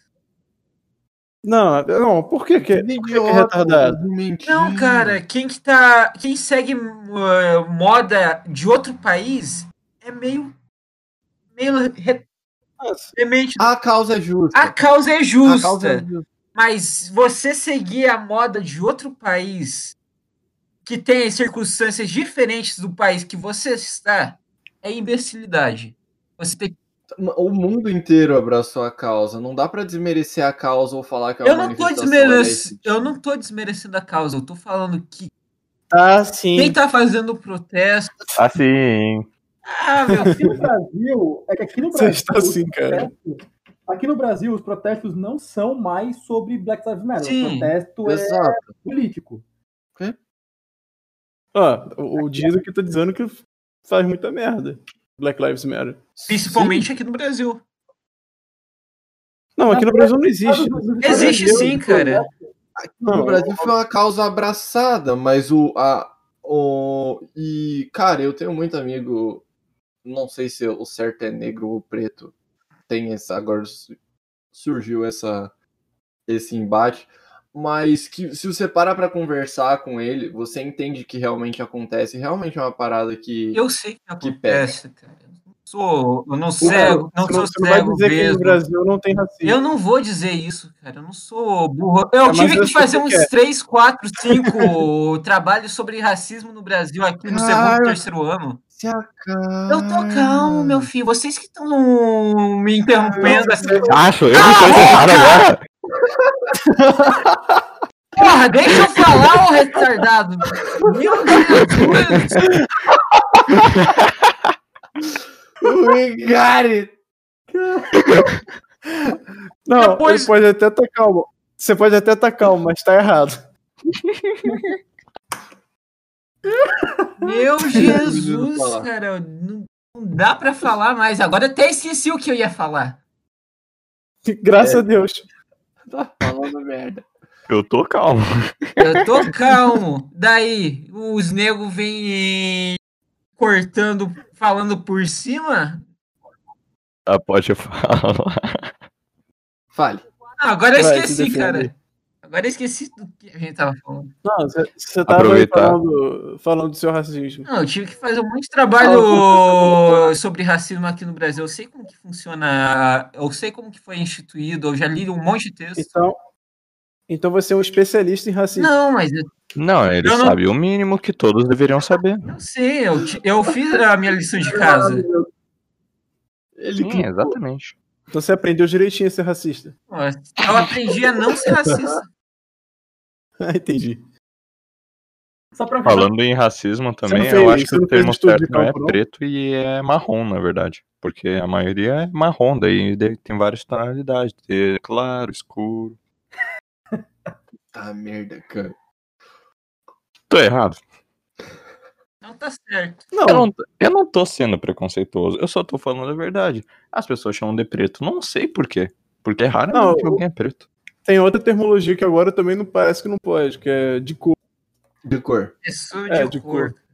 Speaker 2: Não, não, por que que, por que, que é
Speaker 5: Idiota,
Speaker 2: retardado?
Speaker 5: mentinho.
Speaker 4: Não, cara, quem que tá. Quem segue uh, moda de outro país é meio. meio re-
Speaker 2: Nossa,
Speaker 4: demente.
Speaker 5: A causa é justa.
Speaker 4: A causa é
Speaker 5: A
Speaker 4: justa.
Speaker 5: causa é justa.
Speaker 4: Mas você seguir a moda de outro país que tem circunstâncias diferentes do país que você está é imbecilidade. Você tem...
Speaker 5: O mundo inteiro abraçou a causa. Não dá pra desmerecer a causa ou falar que é uma
Speaker 4: eu, não tô
Speaker 5: manifestação
Speaker 4: desmerec...
Speaker 5: legítima.
Speaker 4: eu não tô desmerecendo a causa, eu tô falando que
Speaker 2: Tá sim.
Speaker 4: quem tá fazendo o protesto.
Speaker 3: Assim,
Speaker 4: Ah,
Speaker 2: *laughs*
Speaker 4: meu
Speaker 1: Aqui no Brasil, é que aqui no
Speaker 2: Você
Speaker 1: Brasil.
Speaker 2: está assim, cara.
Speaker 1: protestos- Aqui no Brasil, os protestos não são mais sobre Black Lives Matter.
Speaker 4: Sim,
Speaker 1: o protesto é
Speaker 5: Exato.
Speaker 1: político.
Speaker 2: Ó, o o Dizo que tá dizendo que faz muita merda. Black Lives Matter.
Speaker 4: Principalmente aqui no Brasil.
Speaker 2: Não, aqui no Brasil não
Speaker 1: Ah,
Speaker 2: existe.
Speaker 4: Existe sim, cara.
Speaker 5: No
Speaker 2: Não,
Speaker 5: Brasil foi uma causa abraçada, mas o. A, o e, cara, eu tenho muito amigo. Não sei se o certo é negro ou preto. Tem essa. Agora su- surgiu essa, esse embate. Mas que se você para pra conversar com ele, você entende que realmente acontece. Realmente é uma parada que.
Speaker 4: Eu sei que acontece,
Speaker 5: pega.
Speaker 4: cara. Eu não sou, eu não
Speaker 2: cara,
Speaker 4: cego, não
Speaker 2: você
Speaker 4: sou
Speaker 2: você não vai
Speaker 4: cego
Speaker 2: dizer que no
Speaker 4: mesmo.
Speaker 2: Brasil não tem racismo.
Speaker 4: Eu não vou dizer isso, cara. Eu não sou burro. Eu
Speaker 2: É, mas
Speaker 4: tive
Speaker 2: eu
Speaker 4: que fazer
Speaker 2: sei
Speaker 4: uns
Speaker 2: que é.
Speaker 4: 3, 4, 5 *laughs* trabalhos sobre racismo no Brasil aqui no segundo,
Speaker 5: Cara.
Speaker 4: terceiro ano.
Speaker 5: Se acalma.
Speaker 4: Eu tô calmo, meu filho. Vocês que estão me interrompendo assim.
Speaker 2: é
Speaker 3: acho, eu não sou errado agora.
Speaker 4: Porra, deixa eu falar, ô retardado. Meu Deus.
Speaker 2: *laughs*
Speaker 5: We got it!
Speaker 2: Não,
Speaker 4: Depois-
Speaker 2: ele pode até estar calmo. Você pode até estar calmo, mas tá errado. *laughs*
Speaker 4: Meu
Speaker 5: Preciso
Speaker 4: Jesus,
Speaker 5: falar.
Speaker 4: cara. Não, não dá pra falar mais. Agora eu até esqueci o que eu ia falar.
Speaker 2: Graças
Speaker 4: É.
Speaker 2: a Deus.
Speaker 5: *laughs* Tá falando merda.
Speaker 3: Eu tô calmo.
Speaker 4: Eu tô calmo. Daí, os negros vêm cortando, falando por cima.
Speaker 3: Ah, pode falar.
Speaker 5: Fale.
Speaker 4: Ah, agora eu
Speaker 2: Vai,
Speaker 4: esqueci,
Speaker 2: se defende.
Speaker 4: cara. Agora eu esqueci do que a gente tava falando.
Speaker 2: Não, você- você tava
Speaker 3: Aproveitar.
Speaker 2: falando, falando do seu racismo.
Speaker 4: Não, eu tive que fazer um monte de trabalho sobre racismo aqui no Brasil. Eu sei como que funciona, eu sei como que foi instituído, eu já li um monte de texto.
Speaker 2: Então, então você é um especialista em racismo.
Speaker 4: Não, mas eu,
Speaker 3: Não, ele
Speaker 4: Eu não-
Speaker 3: sabe o mínimo que todos deveriam saber.
Speaker 4: eu sei, eu, ti- eu fiz a minha lição de casa.
Speaker 5: Ele
Speaker 3: Sim, exatamente.
Speaker 2: Então você aprendeu direitinho a ser racista. *laughs*
Speaker 4: Nossa, Eu aprendi a não ser racista.
Speaker 2: Ah, entendi.
Speaker 1: Só pra
Speaker 3: Falando em racismo também,
Speaker 2: não
Speaker 3: eu
Speaker 2: fez-
Speaker 3: acho
Speaker 2: você
Speaker 3: que o
Speaker 2: não fez
Speaker 3: termo
Speaker 2: estudo de
Speaker 3: certo não é
Speaker 2: campo, não?
Speaker 3: preto e é marrom, na verdade. Porque a maioria é marrom, daí de- tem várias tonalidades. tem Claro, escuro.
Speaker 5: Tá merda, cara.
Speaker 3: Tô errado.
Speaker 4: Não tá certo.
Speaker 2: Não,
Speaker 3: Eu não, eu não tô sendo preconceituoso, eu só tô falando a verdade. As pessoas chamam de preto, não sei por quê. Porque raramente
Speaker 2: Não,
Speaker 3: alguém é preto.
Speaker 2: tem outra terminologia que agora também não parece que não pode, que é de cor.
Speaker 5: De cor.
Speaker 4: Pessoa
Speaker 2: É,
Speaker 4: de,
Speaker 2: de
Speaker 4: cor. cara.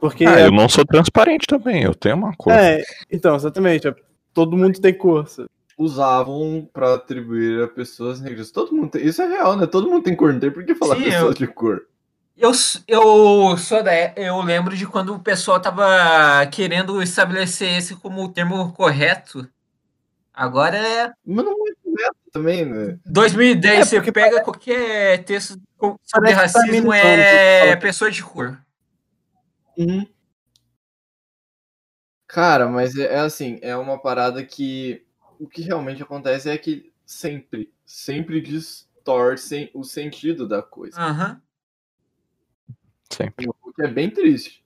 Speaker 2: Porque
Speaker 3: Ah,
Speaker 2: é-
Speaker 3: eu não sou transparente também, eu tenho uma cor.
Speaker 2: é, então, exatamente. é- todo mundo tem cor. sabe?
Speaker 5: usavam pra atribuir a pessoas negras. Todo mundo tem. Isso é real, né? Todo mundo tem cor, não tem por que falar
Speaker 4: Sim,
Speaker 5: pessoas de cor.
Speaker 4: Eu, s- eu sou da, é- eu lembro de quando o pessoal tava querendo estabelecer esse como o termo correto. Agora é
Speaker 5: Mas não é correto também, né?
Speaker 4: 2010,
Speaker 2: É,
Speaker 4: você
Speaker 2: porque
Speaker 4: pega qualquer texto com- sobre
Speaker 2: parece que tá
Speaker 4: racismo
Speaker 2: minimizando tudo que
Speaker 4: é
Speaker 2: fala.
Speaker 4: pessoa de cor.
Speaker 5: Uhum. Cara, mas é, é assim, é uma parada que o que realmente acontece é que sempre, sempre distorcem o sentido da coisa.
Speaker 4: Aham.
Speaker 3: Sempre.
Speaker 5: O que é bem triste.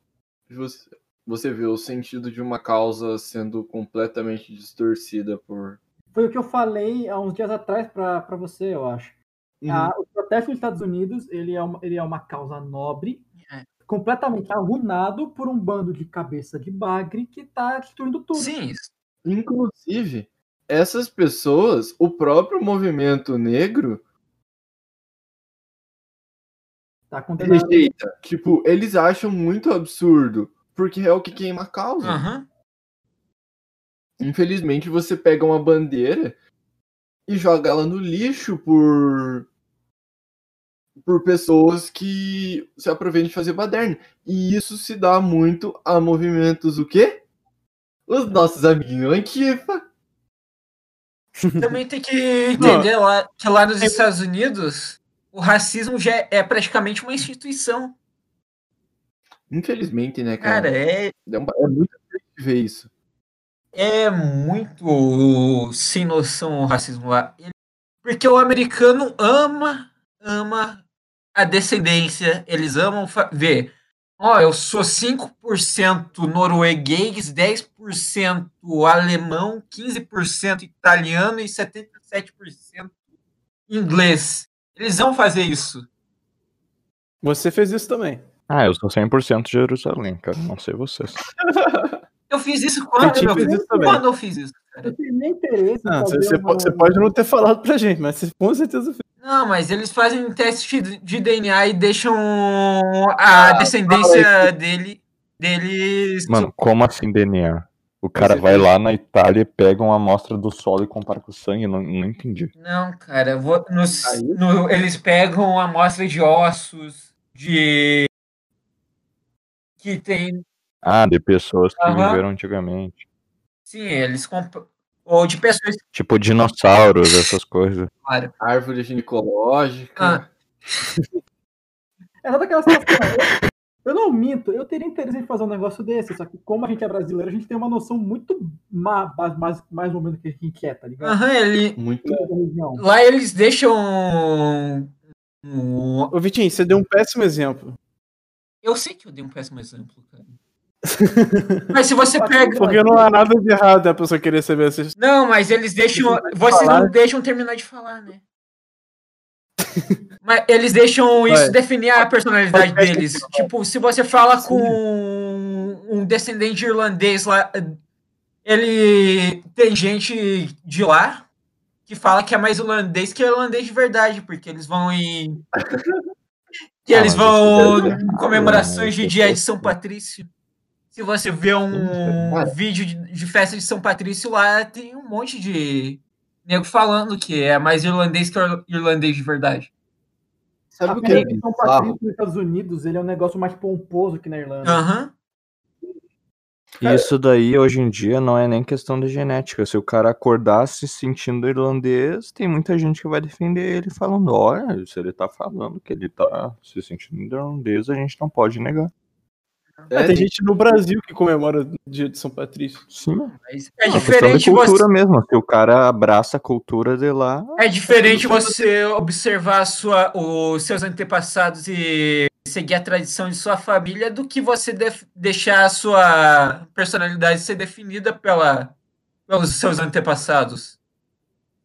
Speaker 5: Você, você vê o sentido de uma causa sendo completamente distorcida por
Speaker 1: Foi o que eu falei há uns dias atrás para você, eu acho.
Speaker 5: Ah.
Speaker 1: A- o protesto dos Estados Unidos ele é uma, ele é uma causa nobre,
Speaker 4: É.
Speaker 1: completamente arruinado por um bando de cabeça de bagre que tá destruindo tudo.
Speaker 4: Sim, isso.
Speaker 5: Inclusive, essas pessoas, o próprio movimento negro
Speaker 1: Tá
Speaker 4: é
Speaker 1: condenado.
Speaker 5: rejeita. Tipo, eles acham muito absurdo, porque é o que queima a causa.
Speaker 4: Aham.
Speaker 5: Infelizmente, você pega uma bandeira e joga ela no lixo por por pessoas que se aproveitam de fazer baderna. E isso se dá muito a movimentos o quê? Os nossos amiguinhos Antifa.
Speaker 4: Também tem que
Speaker 2: *laughs*
Speaker 4: entender lá, que lá
Speaker 2: É.
Speaker 4: nos Estados Unidos o racismo já é praticamente uma instituição.
Speaker 5: Infelizmente, né, cara?
Speaker 4: Cara, é,
Speaker 5: É, um- é muito triste ver isso.
Speaker 4: é muito uh, sem noção o racismo lá. Ele- Porque o americano ama, ama a descendência. Eles amam fa- ver. Ó, eu sou 5% norueguês, 10% alemão, 15% italiano e 77% inglês. Eles vão fazer isso.
Speaker 2: Você fez isso também.
Speaker 3: Ah, eu sou 100% Jerusalém, cara. Não sei vocês.
Speaker 4: Eu fiz isso
Speaker 2: Eu
Speaker 4: quando, meu
Speaker 2: tive
Speaker 4: filho?
Speaker 2: isso também.
Speaker 4: Quando eu fiz isso?
Speaker 1: Eu não tenho nem interesse. em
Speaker 2: Ah, você,
Speaker 1: fazer
Speaker 2: você
Speaker 1: uma-
Speaker 2: pode, você pode não ter falado pra gente, mas você com certeza fez.
Speaker 4: Não, mas eles fazem um teste de- de DNA e deixam a
Speaker 5: Ah, fala
Speaker 4: descendência dele deles.
Speaker 3: Mano, como assim DNA? O cara
Speaker 5: Você
Speaker 3: vai
Speaker 5: tem-
Speaker 3: lá na Itália e pega uma amostra do solo e compara com o sangue. Não, não entendi.
Speaker 4: Não, cara, eu vou- nos-
Speaker 5: Tá Aí?
Speaker 4: no- eles pegam amostra de ossos, de. que tem.
Speaker 3: Ah, de pessoas que
Speaker 4: Aham.
Speaker 3: viveram antigamente.
Speaker 4: Sim, eles. comp- Ou de pessoas,
Speaker 3: Tipo dinossauros, essas coisas.
Speaker 4: claro.
Speaker 5: Árvore ginecológica.
Speaker 4: Ah.
Speaker 1: É só daquela situação. Eu não minto, eu teria interesse em fazer um negócio desse, só que como a gente é brasileiro, a gente tem uma noção muito má, mais, mais, mais ou menos do que a gente é, tá ligado?
Speaker 4: Aham, ele-
Speaker 5: Muito.
Speaker 1: Da religião.
Speaker 4: lá eles deixam. um-
Speaker 2: Ô, Vitinho, você deu um péssimo exemplo.
Speaker 4: Eu sei que eu dei um péssimo exemplo,
Speaker 5: *laughs*
Speaker 4: cara. Mas se você pega.
Speaker 2: Porque não há nada de errado a pessoa querer saber essa história.
Speaker 4: Não, mas eles deixam.
Speaker 2: Deixa eu
Speaker 4: Vocês
Speaker 2: falar.
Speaker 4: não deixam terminar de falar, né? mas eles deixam isso
Speaker 2: Vai.
Speaker 4: definir a personalidade
Speaker 2: Vai, vai,
Speaker 4: deles. Tipo, se você fala com um descendente irlandês lá, ele tem gente de lá que fala que é mais holandês que irlandês de verdade, porque eles vão em. que
Speaker 3: Ah,
Speaker 4: eles
Speaker 3: mas
Speaker 4: vão
Speaker 3: isso daí
Speaker 4: em comemorações de
Speaker 3: Não,
Speaker 4: dia
Speaker 3: isso
Speaker 4: de São Patrício. Se você vê um
Speaker 5: Cara.
Speaker 4: vídeo de, de festa de São Patrício lá, tem um monte de nego falando que é mais irlandês que ir- irlandês de verdade.
Speaker 5: Sabe
Speaker 1: A
Speaker 4: Ah,
Speaker 5: o que é
Speaker 1: festa de São
Speaker 5: bizarro?
Speaker 1: Patrício nos Estados Unidos, ele é um negócio mais pomposo que na Irlanda.
Speaker 4: Aham.
Speaker 3: Isso daí hoje em dia não é nem questão de genética. Se o cara acordar se sentindo irlandês, tem muita gente que vai defender ele falando: olha, se ele tá falando que ele tá se sentindo irlandês, a gente não pode negar.
Speaker 4: Ah,
Speaker 5: É,
Speaker 2: tem gente no Brasil que comemora o dia de São Patrício.
Speaker 3: Sim,
Speaker 4: Mas é
Speaker 3: é questão de
Speaker 4: diferente você.
Speaker 3: cultura mesmo. Se o cara abraça a cultura de lá,
Speaker 4: É diferente você observar a sua, os seus antepassados e seguir a tradição de sua família do que você def- deixar a sua personalidade ser definida pela, pelos seus antepassados.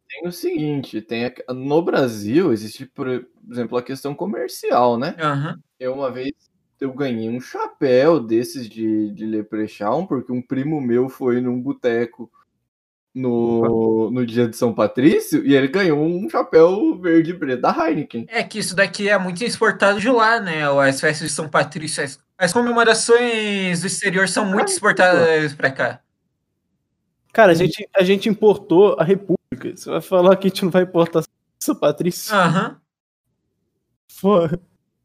Speaker 5: tem o seguinte, tem a- no Brasil existe, por exemplo, a questão comercial, né?
Speaker 4: Aham.
Speaker 5: Eu uma vez eu ganhei um chapéu desses de, de Leprechaun, porque um primo meu foi num boteco no, no dia de São Patrício e ele ganhou um chapéu verde e preto da Heineken.
Speaker 4: É que isso daqui é muito exportado de lá, né? As festas de São Patrício, as, as comemorações do exterior são muito exportadas pra cá.
Speaker 2: Cara, a gente, a gente importou a República. Você vai falar que a gente não vai importar São
Speaker 3: Ah.
Speaker 2: Patrício?
Speaker 4: Aham.
Speaker 2: Pô.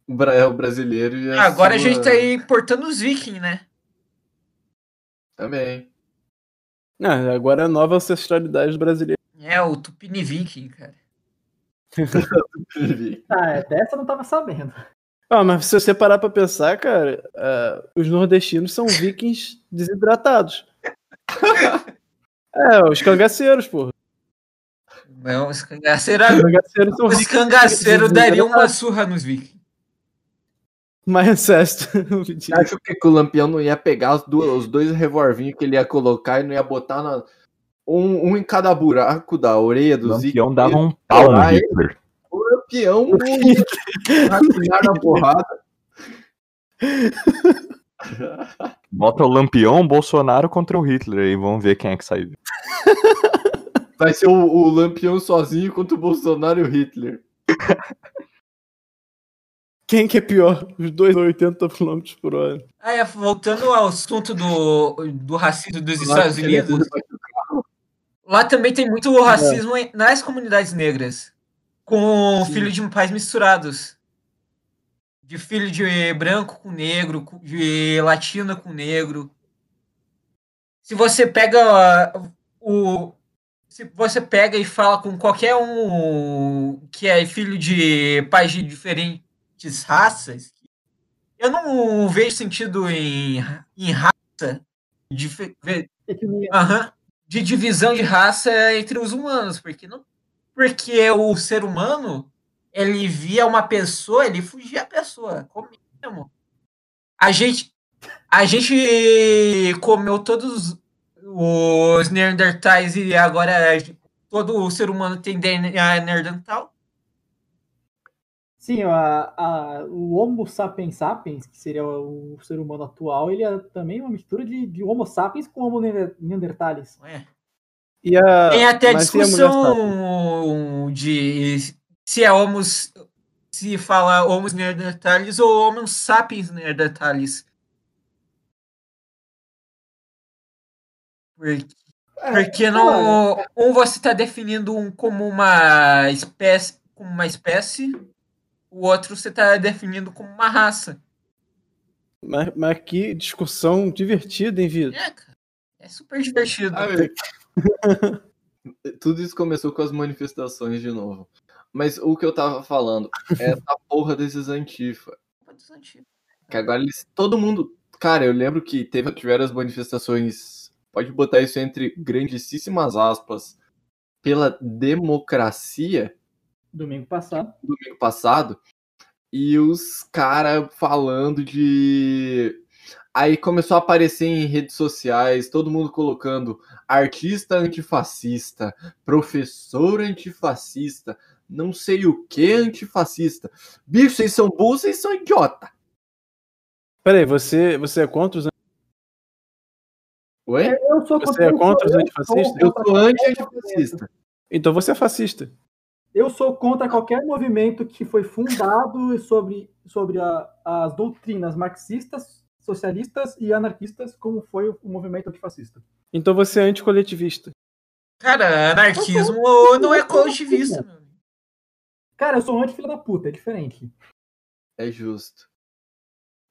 Speaker 5: O, bra- é o brasileiro e
Speaker 4: Agora a
Speaker 5: sua-
Speaker 4: gente tá aí importando os vikings, né?
Speaker 5: Também. *laughs*
Speaker 2: Não, agora é a nova ancestralidade brasileira.
Speaker 4: É, o Tupini Viking, cara.
Speaker 1: Ah, é, dessa eu não tava sabendo.
Speaker 2: Ah, mas se você parar pra pensar, cara, ah, os nordestinos são vikings desidratados. é, os cangaceiros, porra.
Speaker 4: Não, os cangaceiros
Speaker 2: Os cangaceiros são
Speaker 4: Os
Speaker 2: vikings.
Speaker 4: cangaceiros dariam um uma
Speaker 2: desidratados.
Speaker 4: surra nos vikings.
Speaker 2: Mas excesso.
Speaker 5: Eu Acho que o Lampião não ia pegar os, du- os dois revolvinhos que ele ia colocar e não ia botar na, Um, um em cada buraco da orelha do
Speaker 3: O
Speaker 5: Zig.
Speaker 3: Lampião dava um pau no
Speaker 5: Ah, é?
Speaker 3: Hitler.
Speaker 5: O Lampião racinar na porrada.
Speaker 3: Bota o Lampião, o Bolsonaro contra o Hitler e vamos ver quem é que sai. vivo.
Speaker 5: Vai ser o, o Lampião sozinho contra o Bolsonaro e o Hitler.
Speaker 2: *laughs* Quem que é pior? Os dois a 80 km por hora.
Speaker 4: Ah, é, voltando ao assunto do, do racismo dos Estados
Speaker 5: Ele é
Speaker 4: Unidos,
Speaker 5: muito-
Speaker 4: lá também tem muito racismo em- nas comunidades negras, com filhos de pais misturados. De filho de branco com negro, com- de latina com negro. Se você pega ah, o. Se você pega e fala com qualquer um que é filho de pais de diferentes raças, eu não vejo sentido em, em raça de, fe- ve-
Speaker 1: Etnia.
Speaker 4: aham, de divisão de raça é entre os humanos, porque não porque o ser humano ele via uma pessoa, ele fugia a pessoa, comia mesmo. A gente a gente comeu todos os neandertais e agora todo o ser humano tem DNA neandertal.
Speaker 1: Sim, assim, a, a- o Homo sapiens sapiens, que seria o ser humano atual, ele é também uma mistura de, de Homo sapiens com Homo neander- neandertales.
Speaker 4: Não é?
Speaker 2: E a,
Speaker 4: Tem até
Speaker 2: Ah, mas e a mulher sapiens?
Speaker 4: discussão de se é homo, se fala homos neandertales ou homo sapiens neandertales. Porque, porque não, um você está definindo um como uma espécie, como uma espécie, o outro você está definindo como uma raça.
Speaker 2: Mas, mas que discussão divertida, hein, Vitor?
Speaker 4: É, cara, é super divertido.
Speaker 5: Ah, velho. Tudo isso começou com as manifestações de novo. Mas o que eu tava falando é essa porra desses antifa. Que agora eles. Todo mundo. Cara, eu lembro que teve, tiveram as manifestações. Pode botar isso entre grandíssimas aspas. Pela democracia.
Speaker 1: Domingo passado.
Speaker 5: domingo passado e os cara falando de aí começou a aparecer em redes sociais todo mundo colocando artista antifascista, professor antifascista, não sei o que antifascista. Bicho, vocês são burros, vocês são idiota.
Speaker 2: Peraí, você, você é contra os
Speaker 5: Ué?
Speaker 1: Eu sou
Speaker 2: Você é contra os antifascistas?
Speaker 5: Eu sou anti-antifascista.
Speaker 2: Então você é fascista.
Speaker 1: Eu sou contra qualquer movimento que foi fundado sobre, sobre a- as doutrinas marxistas, socialistas e anarquistas, como foi o, o movimento antifascista.
Speaker 2: Então você é anticoletivista.
Speaker 4: Cara, anarquismo não é coletivista, meu amigo.
Speaker 1: Cara, eu sou anti-filha da puta, é diferente.
Speaker 5: É justo.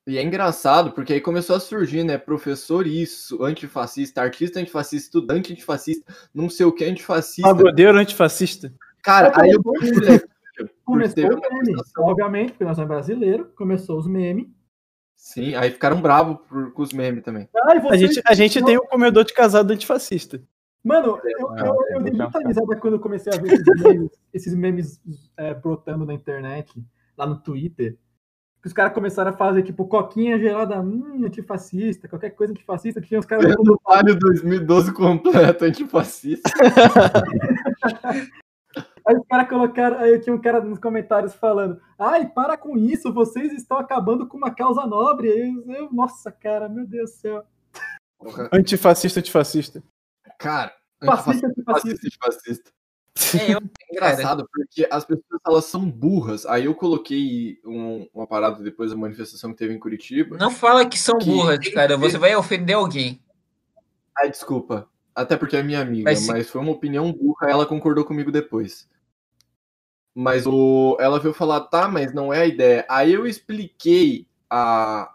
Speaker 5: E é engraçado, porque aí começou a surgir, né? Professor isso, antifascista, artista antifascista, estudante antifascista, não sei o que antifascista.
Speaker 2: Pagodeiro antifascista.
Speaker 5: Cara,
Speaker 1: Mas
Speaker 5: aí eu
Speaker 1: começou-
Speaker 5: Porque
Speaker 1: Começou
Speaker 5: teve
Speaker 1: o
Speaker 5: uma
Speaker 1: meme,
Speaker 5: manifestação.
Speaker 1: obviamente, porque nós somos brasileiros, começou os memes.
Speaker 5: Sim, aí ficaram bravos por- com os memes também.
Speaker 1: Ai,
Speaker 2: A
Speaker 1: vocês-
Speaker 2: gente, a gente tem um comedor de casado antifascista.
Speaker 1: Mano,
Speaker 2: É,
Speaker 1: eu,
Speaker 3: Ah,
Speaker 1: eu, eu
Speaker 3: tem
Speaker 1: dei
Speaker 3: que
Speaker 1: muita
Speaker 3: pensar.
Speaker 1: risada quando eu comecei a ver esses memes, esses memes é, brotando na internet, lá no Twitter. Que os caras começaram a fazer, tipo, coquinha gelada, hum, antifascista, qualquer coisa antifascista, tinha os caras
Speaker 5: No Palio 2012 completo, antifascista.
Speaker 1: Aí os caras colocaram, aí tinha um cara nos comentários falando, ai, para com isso, vocês estão acabando com uma causa nobre. Eu, eu- nossa, cara, meu Deus do céu.
Speaker 2: Antifascista, antifascista.
Speaker 5: Cara,
Speaker 1: Fascista,
Speaker 5: antifascista,
Speaker 1: antifascista.
Speaker 5: fascista, antifascista.
Speaker 4: É, eu-
Speaker 5: É engraçado porque as pessoas elas são burras. Aí eu coloquei um- uma parada depois da manifestação que teve em Curitiba.
Speaker 4: Não fala que são
Speaker 5: Que-
Speaker 4: burras, cara. Você vai ofender alguém.
Speaker 5: Ai, desculpa. Até porque é minha amiga,
Speaker 4: Mas
Speaker 5: mas,
Speaker 4: se-
Speaker 5: foi uma opinião burra, ela concordou comigo depois. Mas o... ela veio falar, tá, mas não é a ideia. Aí eu expliquei a,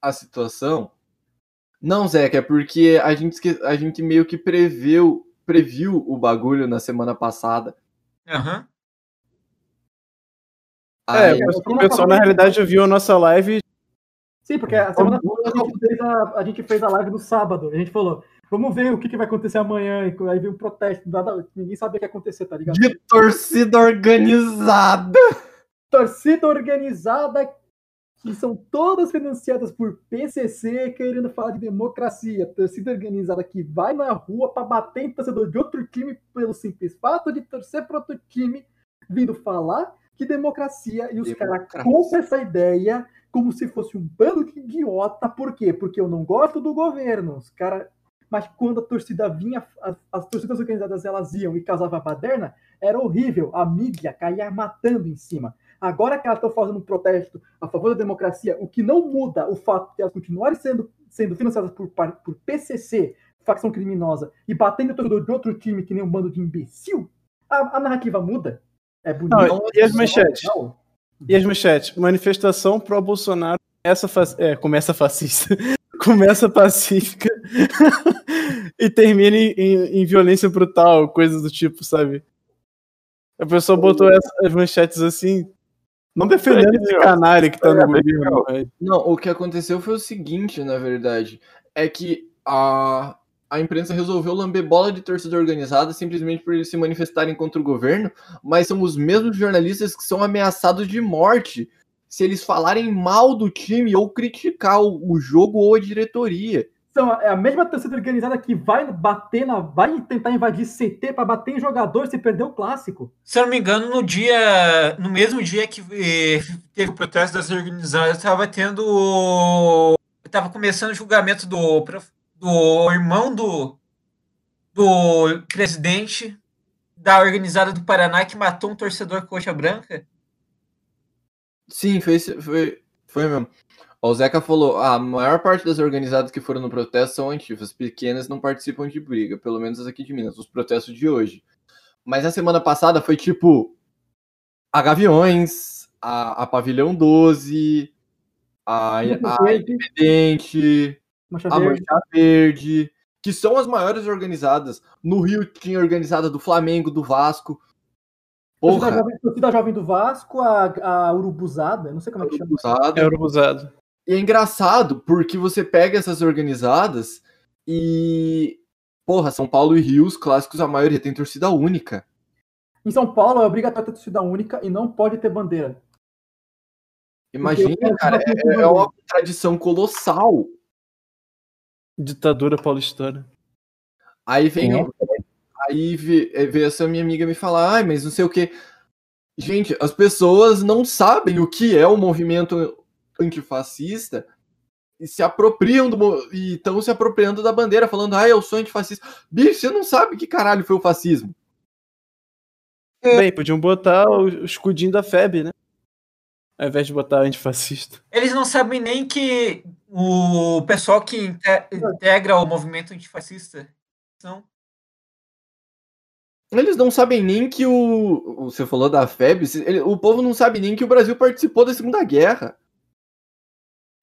Speaker 5: a situação. Não, Zeca, é porque a gente, esque... a gente meio que preveu, previu o bagulho na semana passada.
Speaker 4: Aham.
Speaker 2: É,
Speaker 5: Aí,
Speaker 1: eu
Speaker 2: mas
Speaker 1: tô
Speaker 2: o
Speaker 1: na
Speaker 2: pessoal na
Speaker 1: favor.
Speaker 2: realidade viu a nossa live.
Speaker 1: Sim, porque a semana
Speaker 5: burra,
Speaker 1: passada a gente fez a, a gente fez a live no sábado. A gente falou, vamos ver o que, que vai acontecer amanhã. E aí veio um protesto, nada- ninguém sabia o que ia acontecer, tá ligado?
Speaker 5: de torcida organizada.
Speaker 1: Torcida organizada que são todas financiadas por PCC querendo falar de democracia, torcida organizada que vai na rua para bater em torcedor de outro time pelo simples fato de torcer para outro time, vindo falar que democracia e os caras
Speaker 5: Democracia.
Speaker 1: compram essa ideia como se fosse um bando de idiota. Por quê? Porque eu não gosto do governo. Os cara... Mas quando a torcida vinha, as, as torcidas organizadas elas iam e causava a baderna, era horrível. A mídia caía matando em cima. Agora que elas estão fazendo um protesto a favor da democracia, o que não muda o fato de elas continuarem sendo, sendo financiadas por, par- por PCC, facção criminosa, e batendo o torcedor de outro time que nem um bando de imbecil, a, a narrativa muda. É bonito.
Speaker 2: Não, e as manchetes?
Speaker 1: Não.
Speaker 2: E as manchetes? Manifestação pró-Bolsonaro começa, fa- é, começa fascista. *laughs* começa pacífica *laughs* e termina em, em- em violência brutal, coisas do tipo, sabe? A pessoa botou essas manchetes assim, não defendendo esse canalha que tá no governo. mas-
Speaker 5: Não, o que aconteceu foi o seguinte, na verdade. É que a, a imprensa resolveu lamber bola de torcida organizada simplesmente por eles se manifestarem contra o governo, mas são os mesmos jornalistas que são ameaçados de morte se eles falarem mal do time ou criticar o, o jogo ou a diretoria.
Speaker 1: São a- é a mesma torcida organizada que vai bater na. vai tentar invadir CT para bater em jogador se perder o clássico.
Speaker 4: Se eu não me engano, no dia, no mesmo dia que eh, teve o protesto das organizadas, estava tendo, o- estava começando o julgamento do prof- do irmão do do presidente da organizada do Paraná que matou um torcedor coxa branca.
Speaker 5: Sim, foi, esse- foi, foi mesmo. Ó, O Zeca falou: "Ah, a maior parte das organizadas que foram no protesto são antifas, pequenas não participam de briga, pelo menos as aqui de Minas, os protestos de hoje. Mas na semana passada foi tipo: a Gaviões, a, a Pavilhão 12, a, a
Speaker 1: Verde,
Speaker 5: Independente,
Speaker 1: Mancha
Speaker 5: a
Speaker 1: Verde.
Speaker 5: Mancha Verde, que são as maiores organizadas. No Rio tinha organizada do Flamengo, do Vasco.
Speaker 1: Torcida
Speaker 5: Porra,
Speaker 1: jovem, torcida jovem do Vasco, a, a Urubuzada, não sei como é que chama.
Speaker 5: usado.
Speaker 2: É ouro usado.
Speaker 5: E é engraçado, porque você pega essas organizadas e. Porra, São Paulo e Rio, os clássicos, a maioria tem torcida única.
Speaker 1: Em São Paulo é obrigatório ter torcida única e não pode ter bandeira.
Speaker 5: Imagina,
Speaker 1: Porque-
Speaker 5: cara, é, é uma tradição colossal.
Speaker 2: Ditadura paulistana.
Speaker 5: Aí vem,
Speaker 3: Sim.
Speaker 5: aí ve- é, veio essa minha amiga me falar, ai, mas não sei o que. Gente, as pessoas não sabem o que é o movimento antifascista e se apropriam do mo- e estão se apropriando da bandeira, falando, ai, eu sou antifascista. Bicho, você não sabe que caralho foi o fascismo.
Speaker 2: Bem, podiam botar o, o escudinho da FEB, né? Ao invés de botar antifascista.
Speaker 4: Eles não sabem nem que o pessoal que inte- integra o movimento antifascista são
Speaker 5: Eles não sabem nem que o. Você falou da FEB, se- ele- o povo não sabe nem que o Brasil participou da Segunda Guerra.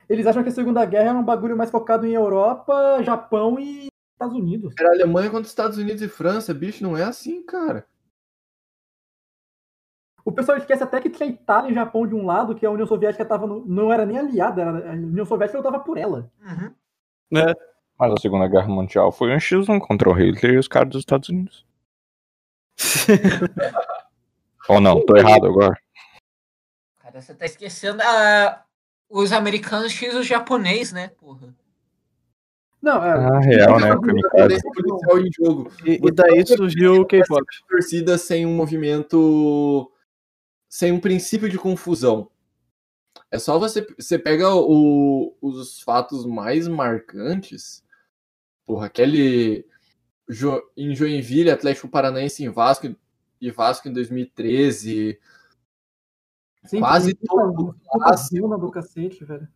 Speaker 1: Eles acham que a Segunda Guerra é um bagulho mais focado em Europa, Japão e Estados Unidos.
Speaker 5: Era Alemanha contra Estados Unidos e França. Bicho, não é assim, cara.
Speaker 1: O pessoal esquece até que tinha Itália e Japão de um lado, que a União Soviética tava no- não era nem aliada, era- a União Soviética lutava por ela.
Speaker 4: Uhum.
Speaker 3: Mas a Segunda Guerra Mundial foi um X1 contra o Hitler e os caras dos Estados *laughs* Unidos. Ou não, tô errado agora.
Speaker 4: Cara, você tá esquecendo a- os americanos x os japonês, né, porra?
Speaker 1: Não, é.
Speaker 3: Ah, real, né? Kamikaze.
Speaker 5: Violência policial em jogo.
Speaker 2: E, e daí surgiu o K-pop.
Speaker 5: torcida sem um movimento, sem um princípio de confusão. É só você, você pega o- os fatos mais marcantes. Porra, aquele Jo- em Joinville, Atlético Paranaense em Vasco e Vasco em 2013.
Speaker 1: Sim,
Speaker 5: Quase
Speaker 1: puta-
Speaker 5: todo
Speaker 1: puta
Speaker 5: clássico.
Speaker 1: zona do cacete, velho.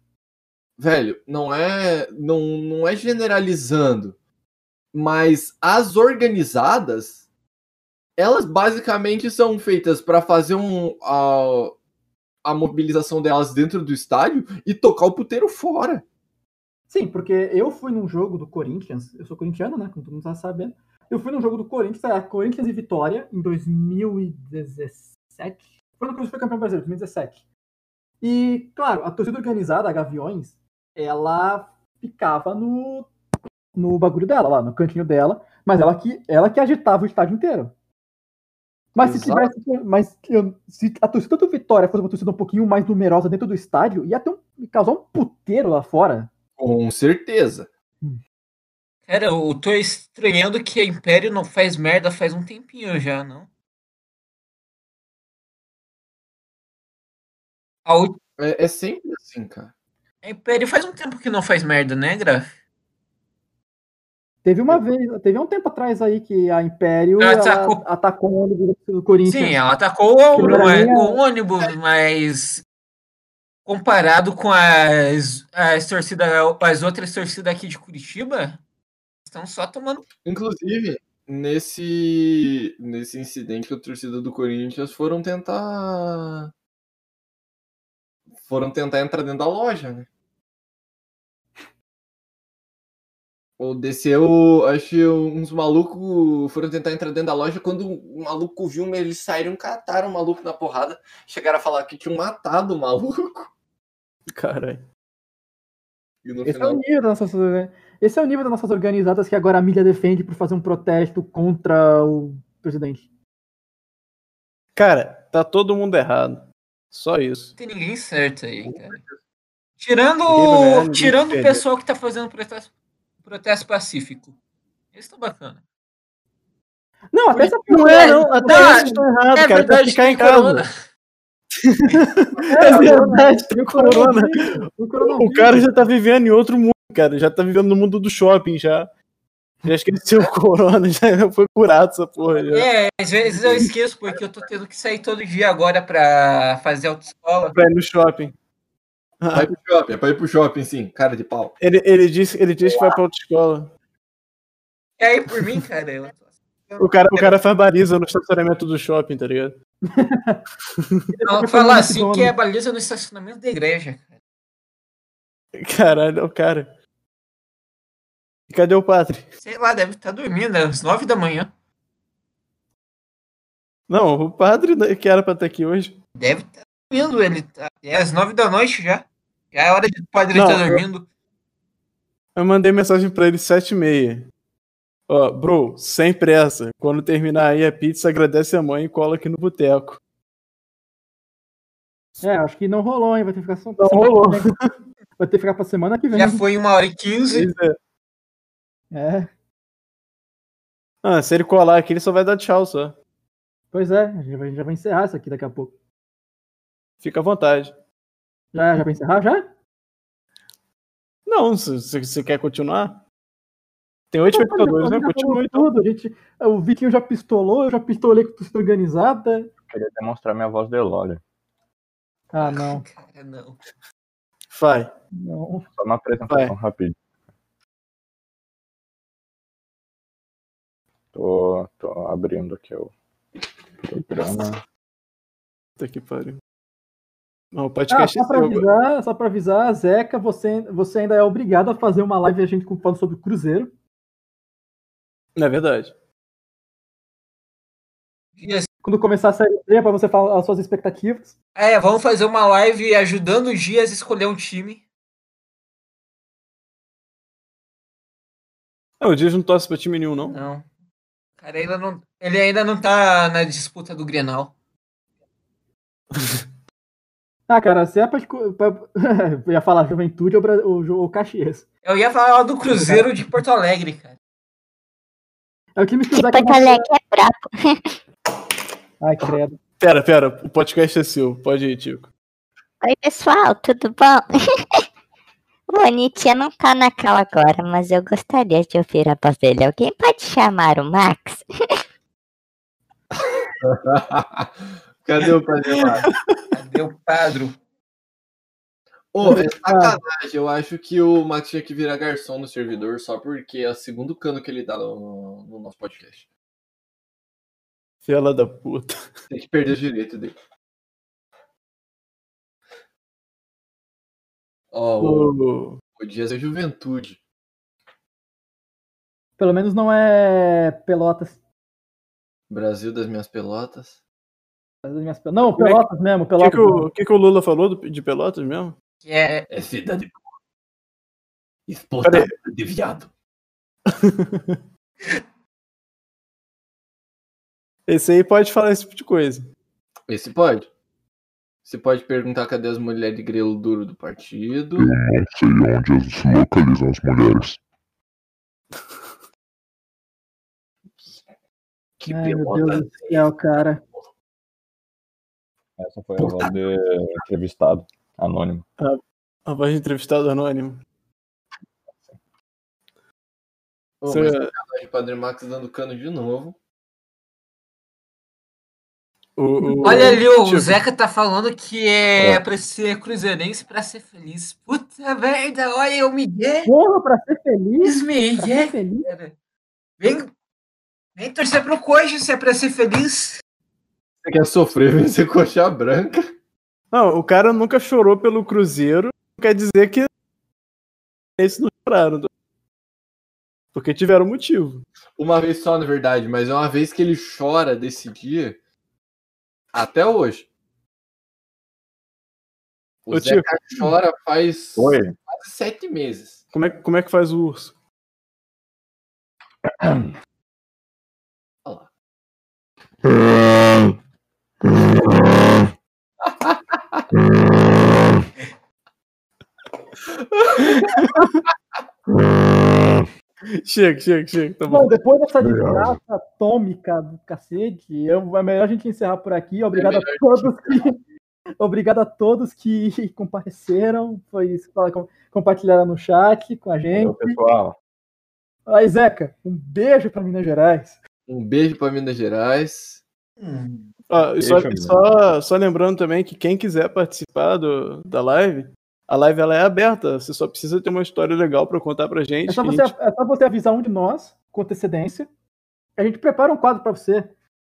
Speaker 5: Velho, não é, não, não é generalizando, mas as organizadas, elas basicamente são feitas para fazer um, a, a mobilização delas dentro do estádio e tocar o puteiro fora.
Speaker 1: Sim, porque eu fui num jogo do Corinthians, eu sou corintiano, né? Como todo mundo tá sabendo. Eu fui num jogo do Corinthians, era Corinthians e Vitória, em 2017. Quando o Corinthians foi campeão brasileiro, 2017. E, claro, a torcida organizada, a Gaviões, ela ficava no, no bagulho dela, lá no cantinho dela, mas ela que, ela que agitava o estádio inteiro. Mas se,
Speaker 5: Exato.
Speaker 1: tivesse, mas eu- se a torcida do Vitória fosse uma torcida um pouquinho mais numerosa dentro do estádio, ia ter um, causar um puteiro lá fora.
Speaker 5: Com certeza.
Speaker 4: Cara, eu tô estranhando que a Império não faz merda faz um tempinho já, não? A, ú-
Speaker 5: É, é sempre assim, cara.
Speaker 4: a Império faz um tempo que não faz merda, né, Graf?
Speaker 1: Teve uma
Speaker 4: É.
Speaker 1: vez, teve um tempo atrás aí que a Império
Speaker 4: Ela
Speaker 1: ela
Speaker 4: Ah, atacou-
Speaker 1: atacou o ônibus do Corinthians.
Speaker 4: Sim, é. ela atacou o,
Speaker 1: Que pra mim é-
Speaker 4: o ônibus, mas comparado com as, as, torcida, as outras torcidas aqui de Curitiba, estão só tomando.
Speaker 5: Inclusive, nesse, nesse incidente, a torcida do Corinthians foram tentar. Foram tentar entrar dentro da loja, né? Ou desceu, acho que uns malucos foram tentar entrar dentro da loja. Quando o maluco viu, eles saíram, cataram o maluco na porrada. Chegaram a falar que tinham matado o maluco.
Speaker 2: Caralho.
Speaker 5: E no
Speaker 1: Esse é, o
Speaker 5: final.
Speaker 1: nível das nossas, esse é o nível das nossas organizadas que agora a mídia defende por fazer um protesto contra o presidente.
Speaker 2: Cara, tá todo mundo errado. Só isso.
Speaker 4: Não tem ninguém certo aí, cara.
Speaker 2: Ninguém vai ganhar,
Speaker 4: Tirando,
Speaker 2: ninguém
Speaker 4: tirando o
Speaker 2: perde.
Speaker 4: pessoal que tá fazendo protesto, protesto pacífico. Eles estão bacana.
Speaker 1: Não, até essa
Speaker 2: Não é, não. Até
Speaker 4: Ah,
Speaker 2: eles estão errados,
Speaker 4: é
Speaker 2: cara. Pra
Speaker 4: verdade,
Speaker 2: ficar
Speaker 4: tem
Speaker 2: em casa.
Speaker 4: corona.
Speaker 2: *laughs* *laughs* É verdade, tem corona.
Speaker 1: O coronavírus.
Speaker 2: O cara já tá vivendo em outro mundo, cara. Já tá vivendo no mundo do shopping já. Já esqueceu o *laughs* corona, já foi curado essa porra. Já.
Speaker 4: É, às vezes eu esqueço, porque eu tô tendo que sair todo dia agora pra fazer autoescola.
Speaker 2: Pra ir no shopping.
Speaker 5: Vai pro shopping, é pra ir pro shopping, sim, cara de pau.
Speaker 2: Ele, ele disse, ele disse que vai pra autoescola.
Speaker 4: E aí, por mim, cara, eu assim.
Speaker 2: O cara, o cara faz bariza no estacionamento do shopping, tá ligado?
Speaker 4: Não, falar assim que é baliza no estacionamento da igreja. cara.
Speaker 2: Caralho, é o cara. E Cadê o padre?
Speaker 4: Sei lá, deve estar dormindo, é às nove da manhã.
Speaker 2: Não, o padre né, que era pra estar aqui hoje.
Speaker 4: Deve estar dormindo, ele tá... É às nove da noite já. Já é hora de o padre
Speaker 2: Não,
Speaker 4: estar
Speaker 2: eu-
Speaker 4: dormindo.
Speaker 2: Eu mandei mensagem pra ele sete e meia. Ó, bro, sem pressa. Quando terminar aí a pizza, agradece a mãe e cola aqui no boteco.
Speaker 1: É, acho que não rolou, hein? Vai ter que ficar só.
Speaker 2: Não rolou.
Speaker 1: Vai ter que ficar pra semana que vem.
Speaker 4: Já foi uma hora e quinze.
Speaker 2: Pois é.
Speaker 1: É,
Speaker 2: Ah, se ele colar aqui, ele só vai dar tchau só.
Speaker 1: pois é, a gente vai- a gente já vai encerrar isso aqui daqui a pouco.
Speaker 2: Fica à vontade.
Speaker 1: Já, já vai encerrar? Já?
Speaker 2: Não, se se- se você quer continuar. Tem oito espectadores, né?
Speaker 1: Já falou
Speaker 2: Continua então.
Speaker 1: tudo, a gente, o Vitinho já pistolou, eu já pistolei com torcida organizada.
Speaker 3: Queria demonstrar minha voz de Lore.
Speaker 1: Ah, não,
Speaker 4: Cara, não.
Speaker 2: Vai.
Speaker 1: não.
Speaker 3: Só uma apresentação rápida. Tô, tô abrindo aqui o programa.
Speaker 2: Puta que pariu. Não, o
Speaker 1: Ah,
Speaker 2: podcast
Speaker 1: só
Speaker 2: é
Speaker 1: pra
Speaker 2: seu,
Speaker 1: avisar, só pra avisar, Zeca, você, você ainda é obrigado a fazer uma live a gente falando sobre o Cruzeiro.
Speaker 2: Não é verdade.
Speaker 4: Dia-
Speaker 1: Quando começar a série B, é pra você falar as suas expectativas.
Speaker 4: Ah, É, vamos fazer uma live ajudando o Dias a escolher um time.
Speaker 2: Não, Ah, o Dias não torce pra time nenhum, não.
Speaker 4: Não. Cara, ainda não... ele ainda não tá na disputa do Grenal.
Speaker 1: Ah, cara, se é pra. esco- pra- *laughs* eu ia falar juventude ou, Bra- ou, Ju- ou Caxias.
Speaker 4: Eu ia falar do Cruzeiro de Porto Alegre, cara.
Speaker 1: É o time que o
Speaker 6: Que
Speaker 1: Zeca.
Speaker 6: Porto Alegre é brabo.
Speaker 1: Ai, credo.
Speaker 2: Pera, pera, o podcast é seu. Pode ir, Tico.
Speaker 6: Oi, pessoal, tudo bom? *laughs* O Anitia não tá na cal agora, mas eu gostaria de ouvir a voz dele. Alguém pode chamar o Max?
Speaker 5: Cadê o padre lá?
Speaker 4: Cadê o Padro?
Speaker 5: Ô, é sacanagem. Eu acho que o Max tinha que virar garçom no servidor só porque é o segundo cano que ele dá no, no nosso podcast.
Speaker 2: Fela da puta.
Speaker 5: Tem que perder o direito dele. Ó, o,
Speaker 2: Ô,
Speaker 5: o Dias é juventude.
Speaker 1: Pelo menos não é Pelotas.
Speaker 5: Brasil das minhas pelotas.
Speaker 1: As minhas pel- Não,
Speaker 2: Como é que-
Speaker 1: Pelotas mesmo,
Speaker 2: o que,
Speaker 1: Pelotas.
Speaker 2: que o, o que que o Lula falou do- de Pelotas mesmo?
Speaker 4: Que é,
Speaker 5: É cidade boa. Exportada de viado.
Speaker 2: Esse aí pode falar esse tipo de coisa.
Speaker 5: Esse pode. Você pode perguntar cadê as mulheres de grelo duro do partido.
Speaker 7: Não sei onde se localizam as mulheres.
Speaker 5: Que
Speaker 1: Ai, meu
Speaker 5: pelota.
Speaker 3: né?
Speaker 1: Deus do céu, cara.
Speaker 3: Essa foi a voz de entrevistado, anônimo.
Speaker 2: A voz de entrevistado anônimo.
Speaker 5: Ô,
Speaker 2: Você-
Speaker 5: mas sacanagem, Padre Max dando cano de novo.
Speaker 2: o- o-
Speaker 4: Olha ali, o
Speaker 2: Tipo,
Speaker 4: Zeca tá falando que é,
Speaker 3: É.
Speaker 4: pra ser cruzeirense pra ser feliz. Puta merda, olha, eu me
Speaker 1: Porra, pra ser feliz, pra ser
Speaker 2: É?
Speaker 4: Miguel,
Speaker 1: feliz.
Speaker 4: cara. Vem, vem torcer pro coxo se é pra ser feliz.
Speaker 5: Você quer sofrer, *laughs* vem ser coxa branca.
Speaker 2: Não, o cara nunca chorou pelo Cruzeiro. não Quer dizer que eles não choraram. Porque tiveram motivo.
Speaker 5: Uma vez só, na verdade, mas é uma vez que ele chora desse dia até hoje. O
Speaker 2: Ô, tio.
Speaker 5: Zeca chora faz
Speaker 3: Oi.
Speaker 5: quase sete meses.
Speaker 2: Como é, como é que faz o urso? Chega, chega, chega. Tá bom.
Speaker 1: Bom, depois dessa desgraça atômica do cacete, eu- é melhor a gente encerrar por aqui. Obrigado a todos que. *laughs* Obrigado a todos que *laughs* compareceram. Foi isso. fala- com- Compartilharam no chat com a gente.
Speaker 3: Valeu, pessoal.
Speaker 1: Aí, Zeca, um beijo pra Minas Gerais.
Speaker 5: Um beijo pra Minas Gerais.
Speaker 4: Hum,
Speaker 2: Ó, e só,
Speaker 3: Deixa eu
Speaker 2: e
Speaker 3: ver.
Speaker 2: só- só lembrando também que quem quiser participar do- da live, a live ela é aberta. Você só precisa ter uma história legal pra contar pra gente.
Speaker 1: É só
Speaker 2: que a
Speaker 1: você,
Speaker 2: gente-
Speaker 1: é só você avisar um de nós com antecedência. A gente prepara um quadro pra você.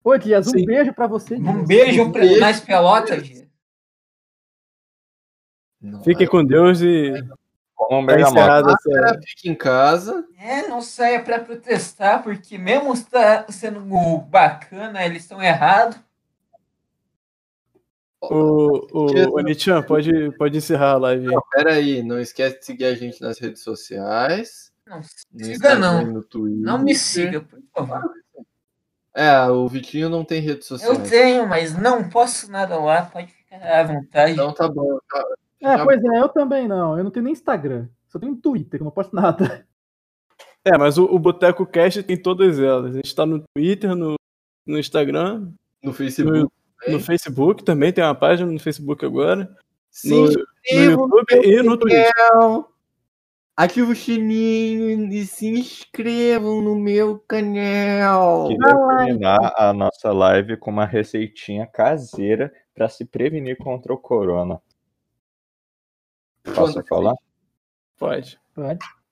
Speaker 1: Oi, Dias, um
Speaker 2: Sim.
Speaker 1: beijo pra você.
Speaker 4: Um beijo pra
Speaker 5: beijo.
Speaker 4: nós pelotas. gente.
Speaker 5: Não, é.
Speaker 2: Fiquem com Deus e
Speaker 3: Como um
Speaker 2: tá
Speaker 3: bergamota.
Speaker 2: encerrada essa.
Speaker 5: cara, fique em casa.
Speaker 4: É, não saia pra protestar, porque mesmo está sendo um bacana, eles estão errados.
Speaker 2: é, O, o, o Nichan, pode, pode encerrar a live. aí.
Speaker 5: Pera aí, não esquece de seguir a gente nas redes sociais.
Speaker 4: Não
Speaker 5: No
Speaker 4: siga,
Speaker 5: Instagram,
Speaker 4: não.
Speaker 5: No Twitter.
Speaker 4: Não me siga, por favor.
Speaker 5: É, o Vitinho não tem redes sociais.
Speaker 4: Eu tenho, mas não posso nada lá, pode ficar à vontade.
Speaker 5: Então tá bom. tá-
Speaker 1: É,
Speaker 5: Já-
Speaker 1: pois é, eu também não. Eu não tenho nem Instagram. Só tenho Twitter, que eu não posto nada.
Speaker 2: É, mas o, o Boteco Cast tem todas elas. A gente tá no Twitter, no, no Instagram,
Speaker 5: No
Speaker 2: no,
Speaker 5: Facebook.
Speaker 2: no Facebook também, tem uma página no Facebook agora.
Speaker 5: Sim,
Speaker 2: no- No YouTube e no Twitter.
Speaker 5: Então, Ativa o sininho e se inscrevam no meu canal.
Speaker 3: Queria terminar a nossa live com uma receitinha caseira para se prevenir contra o corona. Posso falar?
Speaker 2: Pode.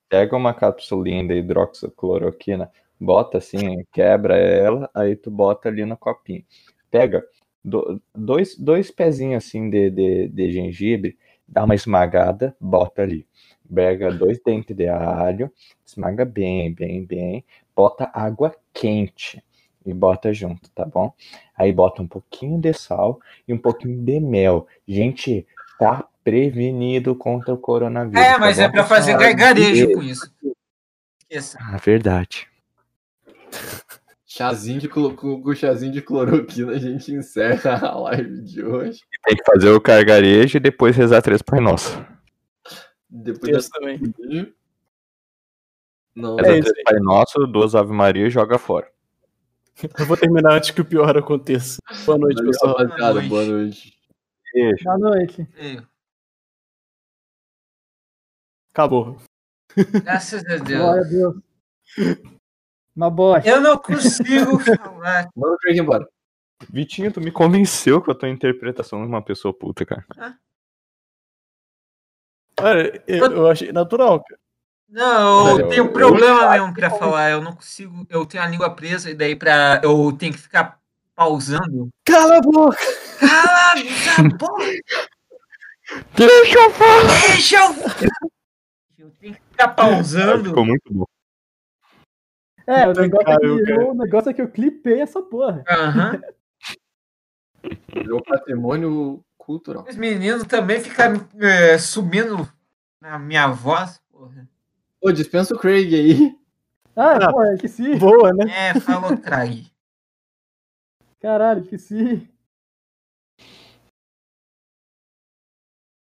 Speaker 3: Pega uma capsulinha da hidroxicloroquina, bota assim, quebra ela, aí tu bota ali no copinho. Pega do- dois, dois pezinhos assim de, de, de gengibre, dá uma esmagada, bota ali. Pega dois dentes de alho, esmaga bem, bem, bem, bota água quente e bota junto, tá bom? Aí bota um pouquinho de sal e um pouquinho de mel. Gente, tá prevenido contra o coronavírus.
Speaker 4: É,
Speaker 3: tá
Speaker 4: mas é
Speaker 3: bom,
Speaker 4: pra fazer
Speaker 3: pessoal?
Speaker 4: gargarejo com isso. Esqueça.
Speaker 3: Ah, verdade.
Speaker 5: Chazinho de clo- com com chazinho de cloroquina, a gente encerra *laughs* a live de hoje.
Speaker 3: Tem que fazer o cargarejo e depois rezar três Pai Nosso.
Speaker 5: Depois
Speaker 2: Isso também.
Speaker 5: da... Não,
Speaker 3: Reza
Speaker 2: É isso
Speaker 3: três Pai Nosso, duas Ave Maria e joga fora.
Speaker 2: Eu vou terminar antes que o pior aconteça. Boa noite,
Speaker 5: valeu,
Speaker 2: pessoal.
Speaker 5: rapaziada,
Speaker 4: Boa
Speaker 5: Boa
Speaker 4: noite.
Speaker 5: noite.
Speaker 3: Beijo.
Speaker 1: Boa noite.
Speaker 4: Ei,
Speaker 2: Acabou.
Speaker 4: Graças a Deus.
Speaker 1: Glória a Deus. Uma bosta.
Speaker 4: Eu não consigo falar.
Speaker 5: Manda o Craig embora.
Speaker 3: Vitinho, tu me convenceu com a tua interpretação de uma pessoa puta, cara.
Speaker 2: Olha, eu, eu achei natural, cara.
Speaker 4: Não, eu
Speaker 3: Não,
Speaker 4: tenho
Speaker 3: eu-
Speaker 4: problema mesmo pra falar. Eu não consigo. Eu tenho a língua presa e daí pra. Eu tenho que ficar pausando.
Speaker 2: Cala a boca!
Speaker 4: Cala a boca!
Speaker 3: Deixa eu
Speaker 4: Deixa eu. Eu tenho que ficar pausando.
Speaker 3: Ficou muito bom.
Speaker 1: É, o negócio, é
Speaker 2: Intancável,
Speaker 1: que,
Speaker 2: cara.
Speaker 1: eu, o negócio é que eu clipei essa porra.
Speaker 4: Aham.
Speaker 5: Virou patrimônio cultural.
Speaker 4: Os meninos também ficam é, subindo na minha voz. Porra.
Speaker 5: Ô, dispensa o Craig aí.
Speaker 1: Ah,
Speaker 2: Ah.
Speaker 1: porra, esqueci.
Speaker 2: Boa, né?
Speaker 4: É, falou, Craig.
Speaker 1: Caralho, esqueci.